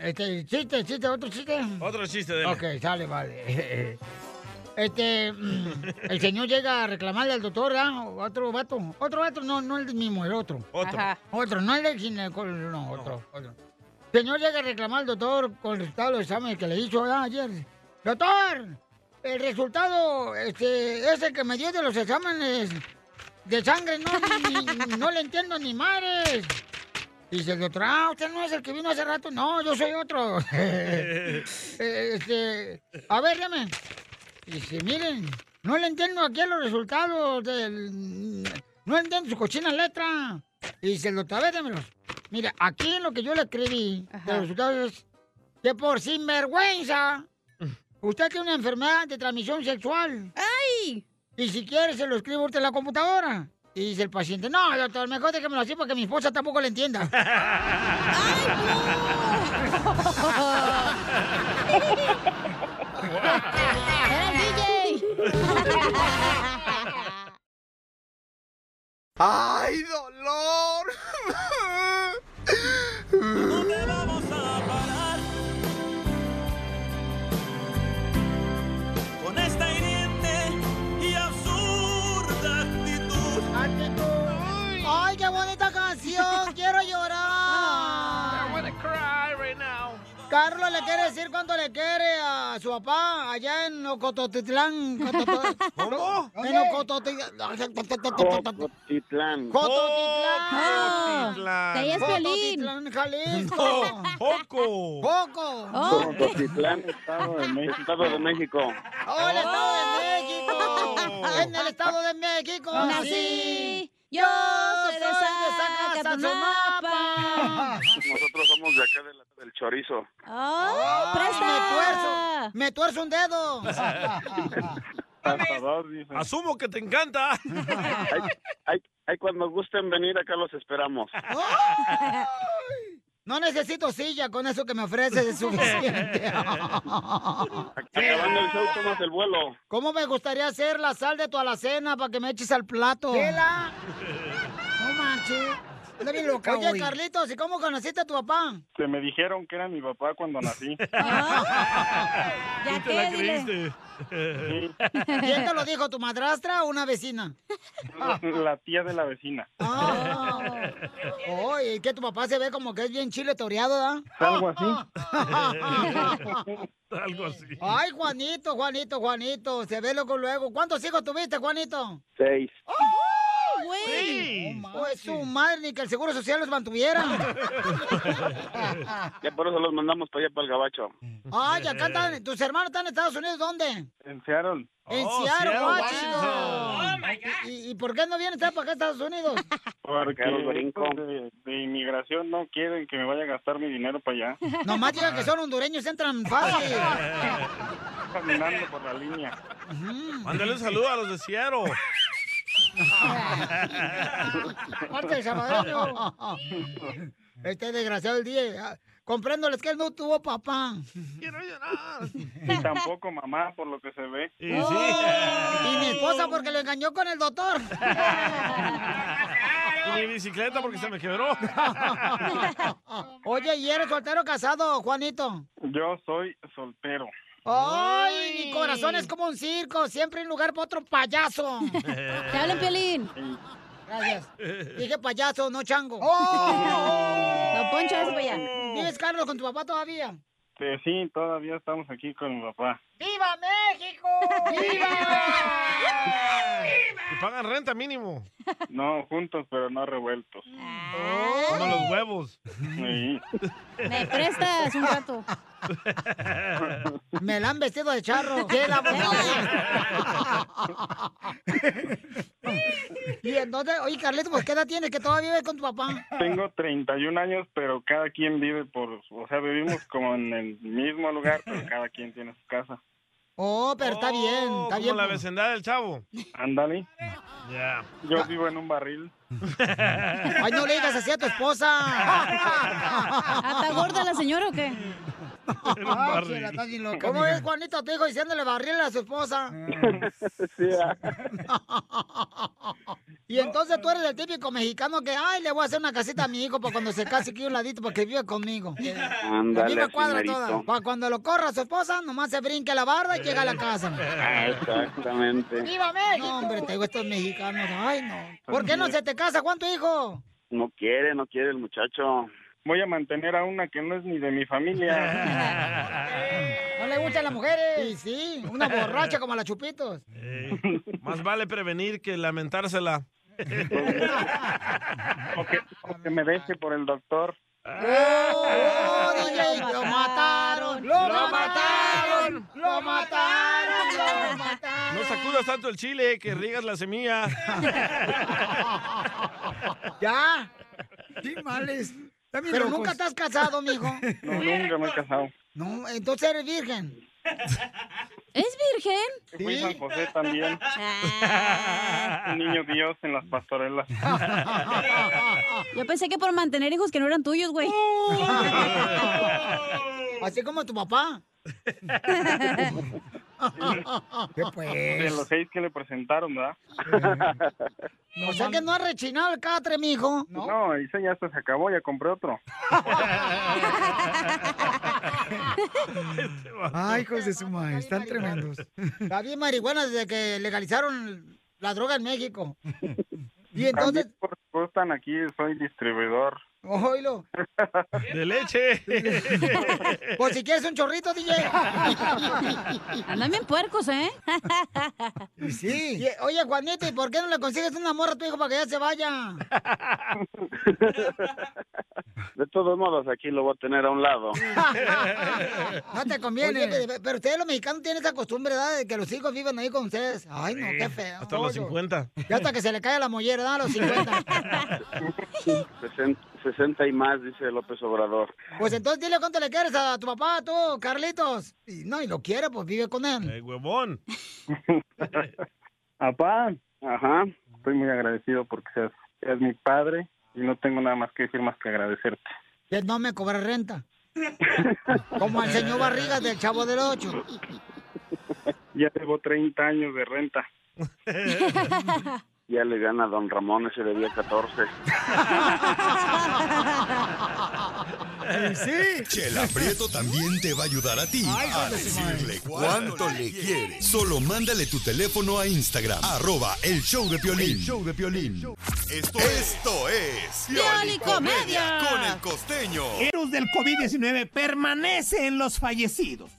A: Este, chiste, chiste, otro chiste.
B: Otro chiste de
A: Ok, sale, vale. Este, mm, el señor llega a reclamarle al doctor, ¿ah? Otro vato. Otro vato, no, no el mismo, el otro.
B: Otro. Ajá.
A: Otro, no el del ginecólogo, no, otro, otro. El señor llega a reclamar al doctor con el resultado de los exámenes que le hizo ah, ayer. Doctor, el resultado, este, ese que me dio de los exámenes de sangre, no, ni- no le entiendo ni mares. Dice el doctor, ah, usted no es el que vino hace rato. No, yo soy otro. Eh, este, a ver, deme. Dice, miren, no le entiendo aquí a los resultados del... No entiendo su cochina letra. Dice el doctor, a ver, démelos. Mira, aquí lo que yo le escribí de los resultados es que por sinvergüenza usted tiene una enfermedad de transmisión sexual. ¡Ay! Y si quiere se lo escribo usted en la computadora. Y dice el paciente, no, doctor, mejor déjemelo así porque mi esposa tampoco le entienda.
I: ¡Ay, dolor! ¿Dónde vamos a parar? Con esta hiriente y absurda actitud.
A: ¡Ay, Ay, qué bonita canción! ¡Quiero llorar!
I: I wanna cry right now.
A: Carlos le quiere decir cuánto le quiere a su papá allá en Ocototitlán. Cototo-
B: ¿Cómo?
A: En Ocototitlán.
S: Cotitlán.
A: Cototitlán.
S: Cototitlán. De ahí es
A: Cototitlán, Jalisco.
S: No,
B: Poco.
A: Poco.
S: Cotitlán, Estado
A: Ah.
S: de México. Estado de México.
A: ¡Oh, el Estado de México! ¡En el Estado de México!
E: Nací. Yo soy de Zacatecas,
S: Nosotros somos de acá de la- del Chorizo.
E: ¡Oh,
A: presta! ¡Me tuerzo! ¡Me tuerzo un dedo!
B: Asumo que te encanta.
S: Ay, ay, cuando gusten venir acá los esperamos.
A: No necesito silla, con eso que me ofreces es suficiente.
S: Acabando el show, tomas el vuelo.
A: ¿Cómo me gustaría hacer la sal de tu alacena para que me eches al plato?
S: Tela.
A: No manches. Anda bien loca Oye,
S: hoy.
A: Carlitos, ¿y cómo conociste a tu papá?
S: Se me dijeron que era mi papá cuando nací.
A: Ah, Ya qué, dile. ¿Quién te lo dijo, tu madrastra o una vecina?
S: La tía de la vecina.
A: Ah. Oye, que tu papá se ve como que es bien chile toreado, ¿da?
S: Algo así.
B: Algo así.
A: Ay, Juanito, Juanito, Juanito, se ve loco luego. ¿Cuántos hijos tuviste, Juanito?
L: Seis.
A: ¡Ay, güey! Pues su madre ni que el Seguro Social los mantuviera.
L: Ya por eso los mandamos para allá, para el gabacho.
B: Ah,
A: Ay, acá están, tus hermanos están en Estados Unidos, ¿dónde?
S: En Seattle.
A: En
S: Oh,
A: Seattle,
S: Seattle,
A: Washington.
B: Oh,
S: Washington.
A: ¿Y, y por qué no vienes para acá a Estados Unidos?
S: Porque
L: Carlos Brinco.
S: estos de, de inmigración no quieren que me vaya a gastar mi dinero para allá.
A: Nomás digan que son hondureños, entran fácil.
S: Caminando por la línea.
B: Mándale un saludo a los de Ciaro.
A: Parte del salvadoreño. Este desgraciado el día. Compréndoles que él no tuvo papá.
S: Y tampoco mamá, por lo que se ve.
A: Oh.
S: Oh.
A: Y mi esposa porque lo engañó con el doctor.
B: Y mi bicicleta porque se me quebró.
A: Oye, ¿y eres soltero o casado, Juanito?
S: Yo soy soltero.
A: ¡Ay, mi corazón es como un circo! Siempre hay lugar para otro payaso.
S: Te
A: hablan, Piolín. Gracias. Dije payaso, no chango. No, Poncho, eso para allá. ¿Vives, Carlos, con tu papá todavía?
S: Eh, sí, todavía estamos aquí con mi papá.
A: ¡Viva México! ¡Viva!
B: Y pagan renta mínimo.
S: No, juntos, pero no revueltos.
B: Oh, Como los huevos.
S: Sí.
E: Me prestas un rato.
A: Me la han vestido de charro. Chela, por favor. y entonces, oye, Carlito, pues ¿qué edad tienes que todavía vives con tu papá?
S: Tengo 31 años, pero cada quien vive por... O sea, vivimos como en el mismo lugar, pero cada quien tiene su casa.
A: Oh, pero está bien, está
B: Como
A: bien. pues.
B: la vecindad del chavo.
S: Ándale.
B: Ya.
S: Yo vivo en un barril.
A: Ay, no le digas así a tu esposa.
E: ¿Está gorda la señora o qué?
A: Ay, chela, estás bien loca, ¿Cómo
E: mija.
A: es, Juanito, tu hijo diciéndole barril a su esposa?
S: Sí, ah.
A: Y entonces tú eres el típico mexicano que, ay, le voy a hacer una casita a mi hijo para cuando se case aquí a un ladito para que viva conmigo. La
L: Ándale,
A: misma
L: así
A: cuadra
L: merito.
A: toda. Para cuando lo corra su esposa, nomás se brinque la barda y llega a la casa.
L: Ah, exactamente.
A: ¡Viva México! No, hombre, te digo estos mexicanos. Ay, no. ¿Por qué no se te casa? ¿Cuánto hijo?
L: No quiere, no quiere el muchacho.
S: Voy a mantener a una que no es ni de mi familia.
A: No le gustan las mujeres. Y sí, una borracha como la Chupitos.
B: Eh, más vale prevenir que lamentársela.
S: o que me deje por el doctor.
A: ¡Oh, DJ! ¡Lo mataron! ¡Lo mataron! ¡Lo mataron! ¡Lo mataron!
B: No sacudas tanto el chile que riegas la semilla.
A: ¡Ya! ¡Qué males! Pero
S: locos.
A: nunca Eh, estás casado, mijo.
S: No, nunca me he casado.
A: No, entonces eres virgen. ¿Es virgen?
S: Fui San José también.
A: Ah.
S: Un niño Dios en las pastorelas.
E: Yo pensé que por mantener hijos que no eran tuyos, güey.
A: Así como tu papá. ¿Qué pues.
S: De los seis que le presentaron, ¿verdad?
A: o sea que no has rechinado el catre, mijo.
S: No, ese ya hasta se acabó, ya compré otro.
A: Ay, hijos de su madre, están tremendos. Está bien marihuana desde que legalizaron la droga en México. Y entonces,
S: También por- gustan aquí, soy distribuidor.
A: oílo.
B: De leche.
A: Por si quieres un chorrito, DJ.
E: Andan bien puercos, ¿eh?
A: Sí. Y, oye, Juanito, ¿y por qué no le consigues una morra a tu hijo para que ya se vaya?
L: De todos modos, aquí lo voy a tener a un lado.
A: No te conviene. pero ustedes los mexicanos tienen esa costumbre, ¿verdad? De que los hijos viven ahí con ustedes. Ay, no, qué feo.
B: Hasta los 50.
A: Ya hasta que se le cae la mollera, ¿verdad? A los 50.
L: 60, 60 y más, dice López Obrador.
A: Pues entonces dile cuánto le quieres a tu papá, tú, Carlitos. Y no, y lo quiere, pues vive con él.
B: El huevón.
S: Papá, ajá, estoy muy agradecido porque seas, seas mi padre y no tengo nada más que decir más que agradecerte.
A: que no me cobra renta. Como al señor Barrigas del Chavo del Ocho.
S: Ya debo 30 años de renta. Ya le gana a don Ramón ese de día 14.
F: Sí. Chela Prieto también te va a ayudar a ti
S: Ay,
F: a
S: hijo de su
F: decirle
S: madre.
F: cuánto le quiere. Solo mándale tu teléfono a Instagram, arroba el show de Piolín.
S: El
F: show de Piolín. Esto, esto es
I: Piolicomedia.
F: con el costeño.
I: El virus del COVID-19 permanece en los fallecidos.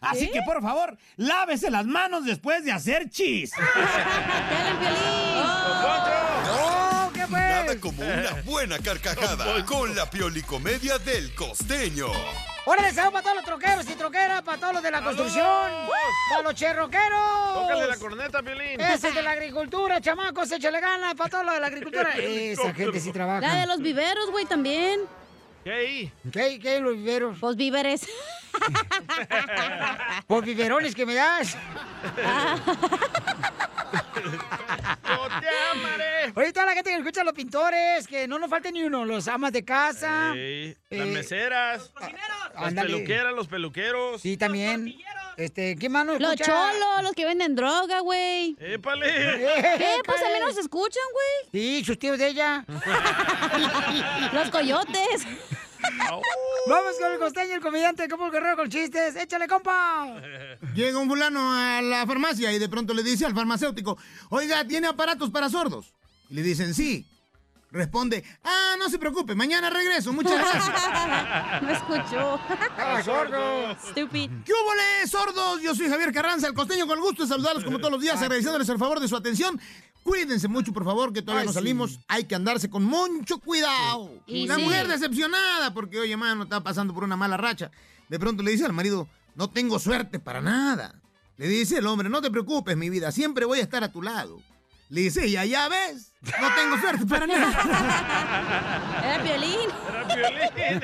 I: Así
A: ¿Eh?
I: que por favor, lávese las manos después de hacer chis.
F: Nada como una buena carcajada con la piolicomedia del costeño.
A: Ahora les hago para todos los troqueros y troqueras, para todos los de la construcción, para los cherroqueros.
B: Tócale la corneta, Piolín.
A: Ese es de la agricultura, chamacos, échale ganas Pues para todos los de la agricultura. Esa gente sí trabaja.
E: La de los viveros, güey, también.
B: ¿Qué ahí?
A: ¿Qué, qué los viveros?
E: Pues víveres.
A: Por biberones que me das. Ahorita la gente que escucha a los pintores, que no nos falte ni uno, los amas de casa.
B: Ey, las
A: Eh,
B: meseras. Las
A: Ándale.
B: peluqueras, los peluqueros.
A: Sí, también. Este, ¿qué mano
E: Los
A: escucha?
E: cholos, los que venden droga, güey.
A: Eh,
B: ¡Épale!
E: ¿Qué? Pues también nos escuchan, güey.
A: Sí, sus tíos de ella.
E: Los coyotes.
A: Vamos con el costeño, el comediante de Capo Guerrero con chistes. ¡Échale, compa!
J: Llega un fulano a la farmacia y de pronto le dice al farmacéutico, oiga, ¿tiene aparatos para sordos? Y le dicen, sí. Responde, ah, no se preocupe, mañana regreso, muchas gracias.
E: No escuchó.
J: Estaba sordo.
E: Stupid.
J: Ah, ¿Qué hubo, le, sordos? Yo soy Javier Carranza, el costeño, con el gusto de saludarlos como todos los días, agradeciéndoles el favor de su atención. Cuídense mucho, por favor, que todavía
T: Ay,
J: no
T: sí.
J: salimos. Hay que andarse con mucho cuidado.
T: Y
J: la
T: sí.
J: mujer decepcionada, porque oye, mano, está pasando por una mala racha. De pronto le dice al marido, no tengo suerte para nada. Le dice el hombre, no te preocupes, mi vida, siempre voy a estar a tu lado. Le dice, y allá ves, no tengo suerte para nada.
E: Era Piolín.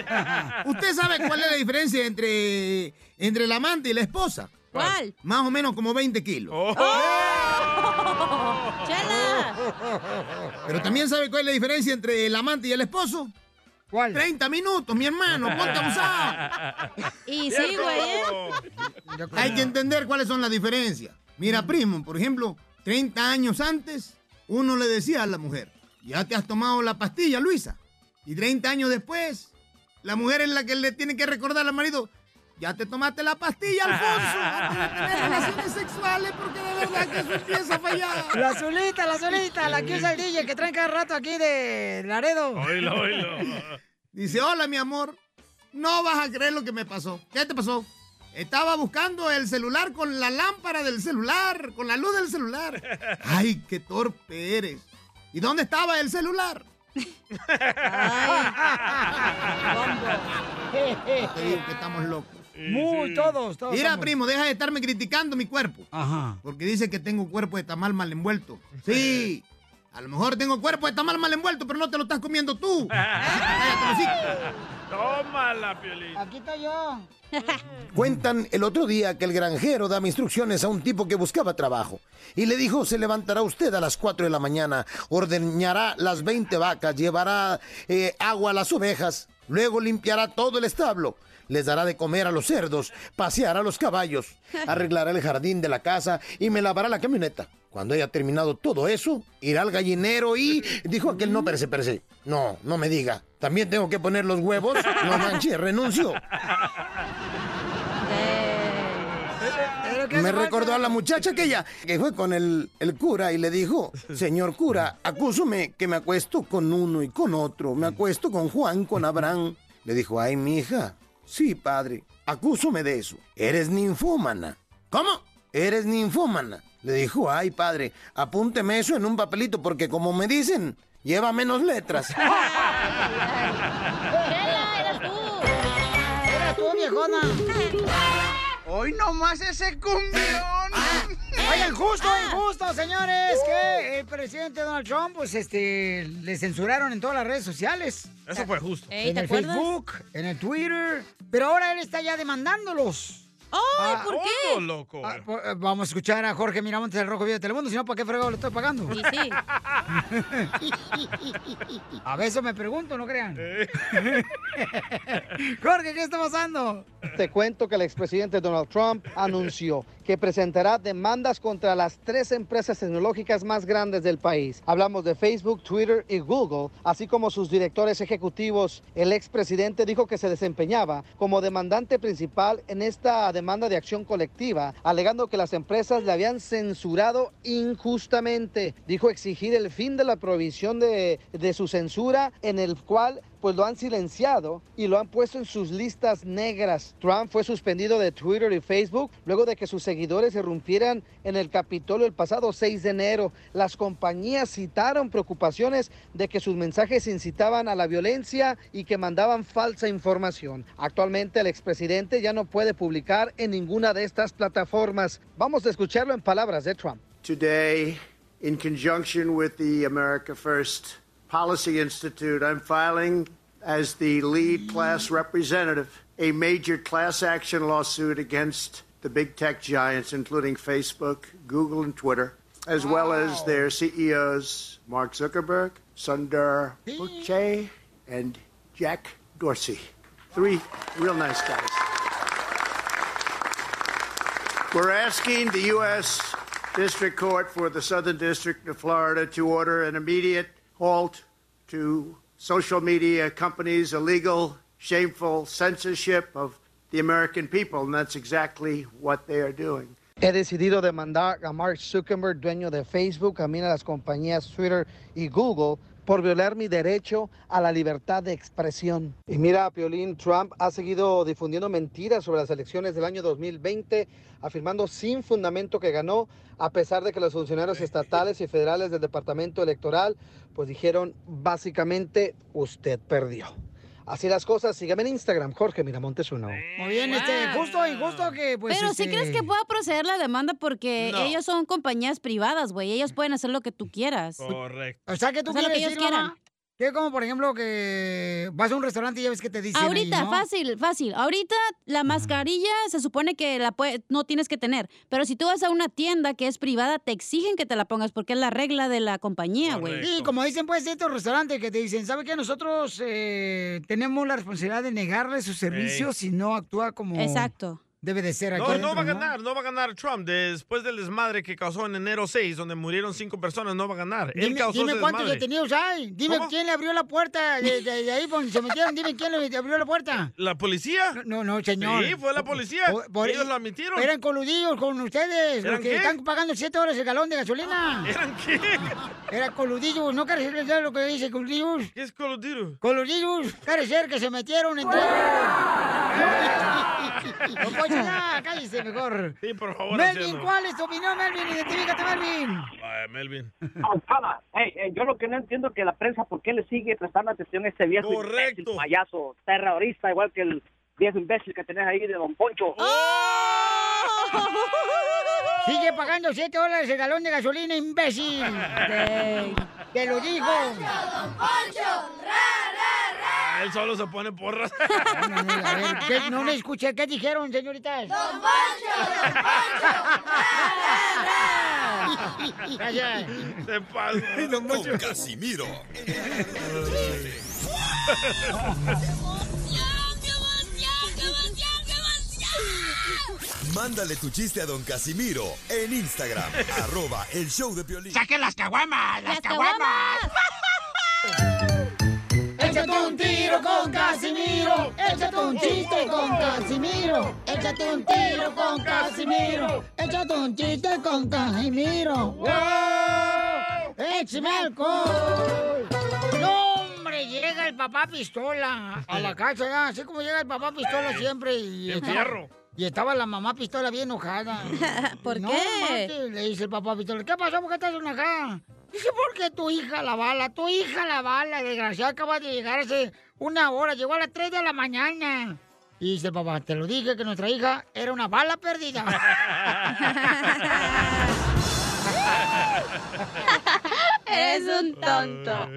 J: ¿Usted sabe cuál es la diferencia entre, entre el amante y la esposa?
E: ¿Cuál?
J: Más o menos como 20 kilos.
I: Oh.
J: Pero también sabe cuál es la diferencia entre el amante y el esposo.
A: ¿Cuál?
J: 30 minutos, mi hermano, ponte abusado.
E: Y sí, güey. ¿eh?
J: Hay que entender cuáles son las diferencias. Mira,
A: Mm.
J: primo, por ejemplo, 30 años antes, uno le decía a la mujer, ya te has tomado la pastilla, Luisa. Y 30 años después, la mujer es la que le tiene que recordar al marido, ya te tomaste la pastilla, Alfonso. antes de tener relaciones sexuales, porque de verdad que eso empieza a fallar.
A: La azulita, la azulita, la que usa el DJ que traen cada rato aquí de Laredo.
J: Oílo, oílo. Dice, hola mi amor, no vas a creer lo que me pasó. ¿Qué te pasó? Estaba buscando el celular con la lámpara del celular, con la luz del celular. Ay, qué torpe eres. ¿Y dónde estaba el celular? Te digo que estamos locos.
A: Muy, todos, todos.
J: Mira,
A: somos.
J: primo, deja de estarme criticando mi cuerpo.
A: Ajá.
J: Porque dice que tengo cuerpo de tamal mal envuelto. Sí, a lo mejor tengo cuerpo de tamal mal envuelto, pero no te lo estás comiendo tú.
B: Tómala, Piolín.
A: Aquí estoy yo.
L: Cuentan el otro día que el granjero daba instrucciones a un tipo que buscaba trabajo y le dijo, se levantará usted a las 4 de la mañana, ordeñará las 20 vacas, llevará eh, agua a las ovejas, luego limpiará todo el establo, les dará de comer a los cerdos, paseará a los caballos, arreglará el jardín de la casa y me lavará la camioneta. Cuando haya terminado todo eso, irá al gallinero y... Dijo aquel, no, perece, perece. No, no me diga. ¿También tengo que poner los huevos? No manches, renuncio.
A: Eh,
L: Me recordó a la muchacha aquella que fue con el, el cura y le dijo, señor cura, acúsome que me acuesto con uno y con otro, me acuesto con Juan, con Abraham. Le dijo, ay, mija, sí, padre, acúsome de eso. Eres ninfómana. ¿Cómo? Eres ninfómana. Le dijo, ay, padre, apúnteme eso en un papelito porque como me dicen, lleva menos letras.
A: Chela, eras tú. Eras tú, viejona.
U: Hoy nomás ese Ah. cumbión.
A: Ah, eh. Oigan, justo, injusto, señores, que el presidente Donald Trump, pues, este, le censuraron en todas las redes sociales.
B: Eso fue justo.
A: en el Facebook, en el Twitter. Pero ahora él está ya demandándolos.
E: Ay,
A: Ah,
E: ¿por qué?
A: hondo, loco. Ah, po- eh, Vamos a escuchar a Jorge Miramontes del Rojo Vivo de Telemundo, si no, ¿para qué fregado lo estoy pagando?
E: Sí, sí.
A: A veces me pregunto, no crean. Jorge, ¿qué está pasando?
C: Te cuento que el expresidente Donald Trump anunció que presentará demandas contra las tres empresas tecnológicas más grandes del país. Hablamos de Facebook, Twitter y Google, así como sus directores ejecutivos. El expresidente dijo que se desempeñaba como demandante principal en esta demanda de acción colectiva, alegando que las empresas le habían censurado injustamente. Dijo exigir el fin de la prohibición de, de su censura en el cual pues lo han silenciado y lo han puesto en sus listas negras. Trump fue suspendido de Twitter y Facebook luego de que sus seguidores irrumpieran en el Capitolio el pasado 6 de enero. Las compañías citaron preocupaciones de que sus mensajes incitaban a la violencia y que mandaban falsa información. Actualmente el expresidente ya no puede publicar en ninguna de estas plataformas. Vamos a escucharlo en palabras de Trump.
V: Today, in conjunction with the America First Policy Institute, I'm filing as the lead class representative a major class action lawsuit against the big tech giants, including Facebook, Google, and Twitter, as well as their CEOs, Mark Zuckerberg, Sundar Pichai, and Jack Dorsey. Three real nice guys. We're asking the U.S. District Court for the Southern District of Florida to order an immediate halt to social media companies' illegal, shameful censorship of the American people, and that's exactly what they are doing.
C: He decidido demandar a Mark Zuckerberg, dueño de Facebook, también a las compañías Twitter y Google, por violar mi derecho a la libertad de expresión. Y mira, Piolín, Trump ha seguido difundiendo mentiras sobre las elecciones del año 2020, afirmando sin fundamento que ganó, a pesar de que los funcionarios estatales y federales del Departamento Electoral, pues dijeron básicamente, usted perdió. Así las cosas, sígame en Instagram, Jorge Miramontes uno.
A: Muy bien, este, justo y justo que pues.
E: Pero sí
A: este,
E: crees que pueda proceder la demanda porque
A: No.
E: ellos son compañías privadas, güey. Ellos pueden hacer lo que tú quieras.
B: Correcto.
A: O sea, que tú
E: O sea, lo
A: quieres
E: que ellos
A: decir, mamá,
E: quieran.
A: que como por ejemplo que vas a un restaurante y ya ves que te dicen ahí,
E: Ahorita,
A: ¿no?
E: fácil, fácil. Ahorita la mascarilla se supone que la pue- no tienes que tener. Pero si tú vas a una tienda que es privada, te exigen que te la pongas porque es la regla de la compañía, güey.
A: Y como dicen pues estos restaurantes que te dicen, ¿sabe qué? Nosotros eh, tenemos la responsabilidad de negarle sus servicios si no actúa como
E: Exacto.
A: debe de ser aquí.
B: No, no
A: adentro,
B: va a ganar, no va a ganar Trump. Después del desmadre que causó en enero 6, donde murieron cinco personas, no va a ganar. Él
A: Dime,
B: causó
A: dime
B: ese
A: cuántos
B: desmadre.
A: detenidos hay. Dime
B: ¿Cómo?
A: quién le abrió la puerta de, de- de ahí por donde se metieron. Dime quién le abrió la puerta.
B: ¿La policía?
A: No, no, señor.
B: Ah. Sí, fue la policía.
A: Por- por-
B: Ellos lo admitieron.
A: Eran coludidos con ustedes.
B: ¿Eran
A: los que
B: qué?
A: están pagando 7 horas el galón de gasolina.
B: ¿Eran qué?
A: Era coludillos. ¿No quieres decir lo que dice coludillos?
B: ¿Qué es coludillo?
A: Coludillos. Quiere ser que se metieron entre
B: Ah,
A: ellos. Don Poncho, pues, ya, cállese mejor.
B: Sí, por favor.
A: Melvin,
B: anciano.
A: ¿cuál es tu opinión, Melvin? Identifícate, Melvin.
B: Ay, Melvin.
P: Pausada. Ey, ey, yo lo que no entiendo es que la prensa, ¿por qué le sigue prestando atención a este viejo
B: Correcto.
P: imbécil, payaso, terrorista, igual que el viejo imbécil que tenés ahí de Don Poncho?
A: Sigue pagando 7 dólares el galón de gasolina, imbécil. Te lo digo.
B: Ah, él solo se pone porras.
A: A ver, ¿qué? no le escuché. ¿Qué dijeron, señoritas? ¡Don Gracias.
B: Se pasa.
F: Don Casimiro. Mándale tu chiste a don Casimiro en Instagram, arroba el show de violín.
L: ¡Saquen las caguamas!
F: ¡Las
A: Échate un tiro con Casimiro. Échate un chiste con Casimiro. Échate un tiro con Casimiro. Échate un chiste con Casimiro. ¡Wow! ¡Échame alcohol! ¡No, hombre! Llega el papá pistola a la casa, ya, así como llega el papá pistola siempre. Y
B: Bien fierro.
A: y estaba la mamá pistola bien enojada.
E: ¿Por
A: No,
E: qué?
A: manches, le dice el papá pistola, ¿qué pasó? ¿Por qué estás enojada? Dice, porque tu hija la bala, tu hija la bala, desgraciada, acaba de llegar hace una hora, llegó a las 3 de la mañana. Y dice el papá, te lo dije que nuestra hija era una bala perdida.
E: Eres un tonto.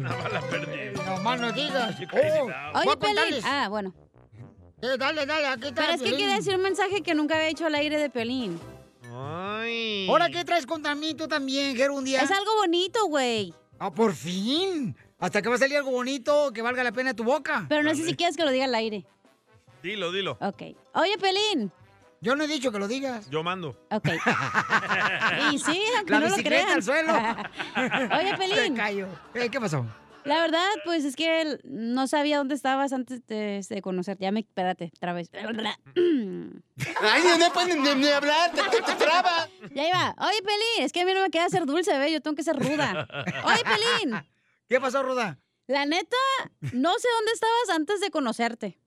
B: Nada más la perdí.
A: Mm, No más no digas. Oh,
E: Oye,
A: voy a
E: Pelín.
A: contarles. Eh,
E: Ah, bueno.
A: dale, dale, aquí está.
E: Pero es que
A: Piolín.
E: quería decir un mensaje que nunca había hecho al aire de Piolín.
B: Ay.
A: Ahora, ¿qué traes contra mí tú también, Ger, un día?
E: Es algo bonito, güey.
A: Ah, por fin. Hasta que va a salir algo bonito que valga la pena tu boca.
E: Pero no sé si quieres que lo diga al aire.
B: Dilo, dilo.
E: Ok. Oye, Pelín.
A: Yo no he dicho que lo digas.
B: Yo mando.
E: Ok. Y sí, aunque
A: La
E: no lo
A: bicicleta
E: crean.
A: al suelo.
E: Oye, Pelín.
A: Me callo. Eh, ¿Qué pasó?
E: La verdad, pues es que el- no sabía dónde estabas antes de, de conocerte. Ya me, espérate, otra vez.
A: Ay, no
L: pues,
A: pueden ni, hablar, te, traba.
E: Ya iba. Oye, Pelín, es que a mí no me queda ser dulce, ve, yo tengo que ser ruda. Oye, Pelín.
A: ¿Qué pasó, ruda?
E: La neta, no sé dónde estabas antes de conocerte.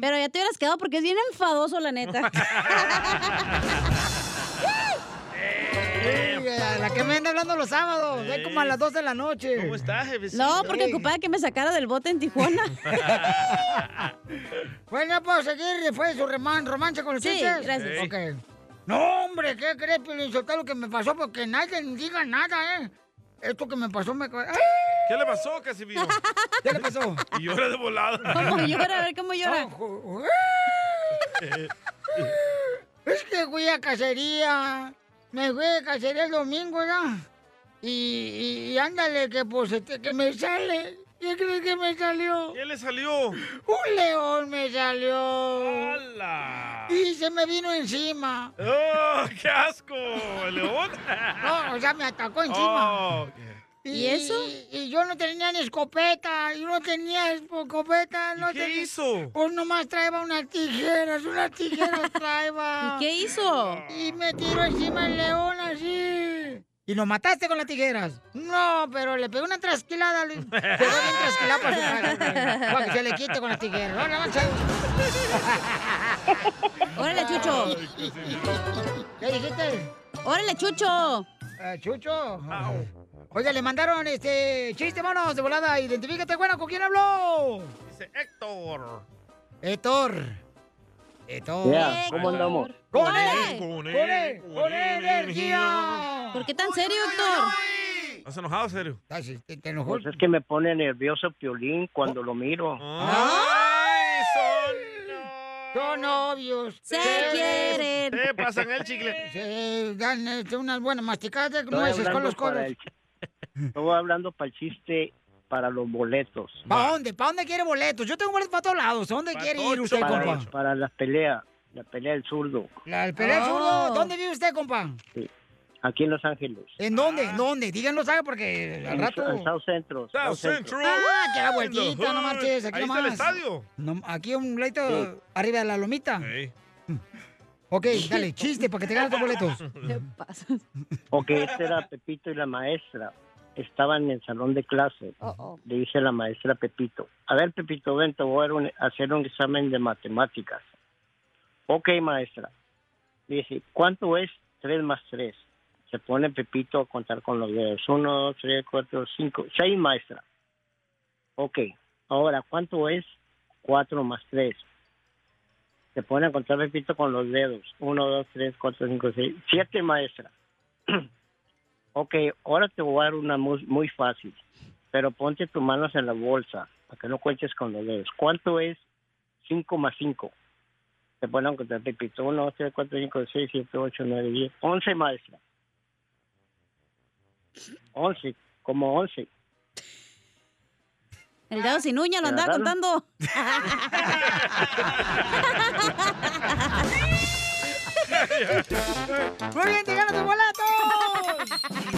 E: Pero ya te hubieras quedado porque es bien enfadoso, la neta.
A: Sí, a la que me anda hablando los sábados. Es como a las 2 de la noche. ¿Cómo
B: estás,
E: No, porque ocupaba que me sacara del bote en Tijuana.
A: Bueno, Pues ya puedo seguir después de su reman- romance con los
E: Sí,
A: chistes?
E: gracias. Ey.
A: Ok. No, hombre, ¿qué crees, Piolín? Soltá lo que me pasó porque nadie diga nada, ¿eh? Esto que me pasó me... ca- ¡Ay!
B: ¿Qué le pasó, Casimiro?
A: ¿Qué le pasó?
B: Y llora de volada.
E: ¿Cómo llora? A ver cómo llora.
A: Ojo.
B: Eh,
A: Es que fui a cacería. Me fui a cacería el domingo, ¿verdad? Y, y- y ándale, que pues este, que me sale. ¿Qué crees que me salió?
B: ¿Qué le salió?
A: Un león me salió.
B: ¡Hala!
A: Y se me vino encima.
B: ¡Oh, qué asco! ¿El león?
A: No, o sea, me atacó encima.
B: Oh,
A: ¿Y, eso? Y, y yo no tenía ni escopeta, yo no tenía escopeta, no
B: qué
A: tenía-
B: hizo?
A: Pues nomás traeba unas tijeras, unas tijeras traeba.
E: ¿Y qué hizo?
A: Y me tiró encima el león así. ¿Y lo mataste con las tijeras? No, pero le pegué una trasquilada. Le... Quedó bien trasquilada para, su- para- para que se le quite con las tijeras. Ahora, mancha.
E: Órale, Chucho.
A: ¿Qué dijiste?
E: Órale, Chucho.
A: Eh, Chucho. Oiga, le mandaron este chiste, manos de volada. Identifícate, bueno, ¿con quién habló?
B: Dice Héctor.
A: Héctor. Héctor.
P: Ya, ¿cómo andamos?
A: ¡Con
P: Con
A: él!
P: él,
A: ¡Con
P: con
A: él! ¡Con él! energía!
E: ¿Por qué tan serio, Héctor?
B: ¿Estás enojado, serio?
A: Ah, ¿Te, enojó?
P: Pues es que me pone nervioso Piolín cuando
A: Oh.
P: lo miro.
A: Ah,
B: ¡Ay, son!
A: Son novios.
E: Se quieren.
B: Se pasan el chicle.
A: Se dan este, unas buenas masticadas de
P: Estoy
A: nueces con
P: hablando
A: los
P: para
A: codos.
P: el chi- Estoy hablando para el chiste para los boletos.
A: ¿Para dónde? ¿Para dónde quiere boletos? Yo tengo boletos para todos lados. ¿A dónde quiere ir usted,
P: para,
A: compa?
P: para la pelea, la pelea del zurdo.
A: ¿La Pelea
P: Oh.
A: zurdo, ¿dónde vive usted, compa?
P: Aquí en Los Ángeles.
A: ¿En dónde? ¿En dónde? Díganos, ¿sabe? Porque al
P: En-
A: rato...
P: En South Centro.
A: South Central. Ah, que la vueltita, no marches, aquí
P: Ahí está
A: nomás.
P: el estadio.
A: No, aquí un leito
P: Sí.
A: arriba de la lomita. Ok, dale, chiste, para que te ganes tus boletos.
P: Ok, este era Pepito y la maestra. Estaban en el salón de clase. Le dice la maestra a Pepito, a ver Pepito, ven, te voy a dar un- hacer un examen de matemáticas. Ok, maestra. Le dice, ¿cuánto es 3 más 3? Se pone Pepito a contar con los dedos. 1, 2, 3, 4, 5, 6, maestra. Ok, ahora, ¿cuánto es 4 más 3? Se pone a contar Pepito con los dedos. 1, 2, 3, 4, 5, 6, 7, maestra. Ok, ahora te voy a dar una muy, muy fácil, pero ponte tus manos en la bolsa para que no cuentes con los dedos. ¿Cuánto es 5 más 5? Te ponen a contar, Pepito. 1, 2, 3, 4, 5, 6, 7, 8, 9, 10, 11, maestra. 11, como 11.
E: El dedo sin uña
P: ¿Te
E: lo andaba
P: agarraron?
E: contando.
A: Muy bien, te ganas tu boleto.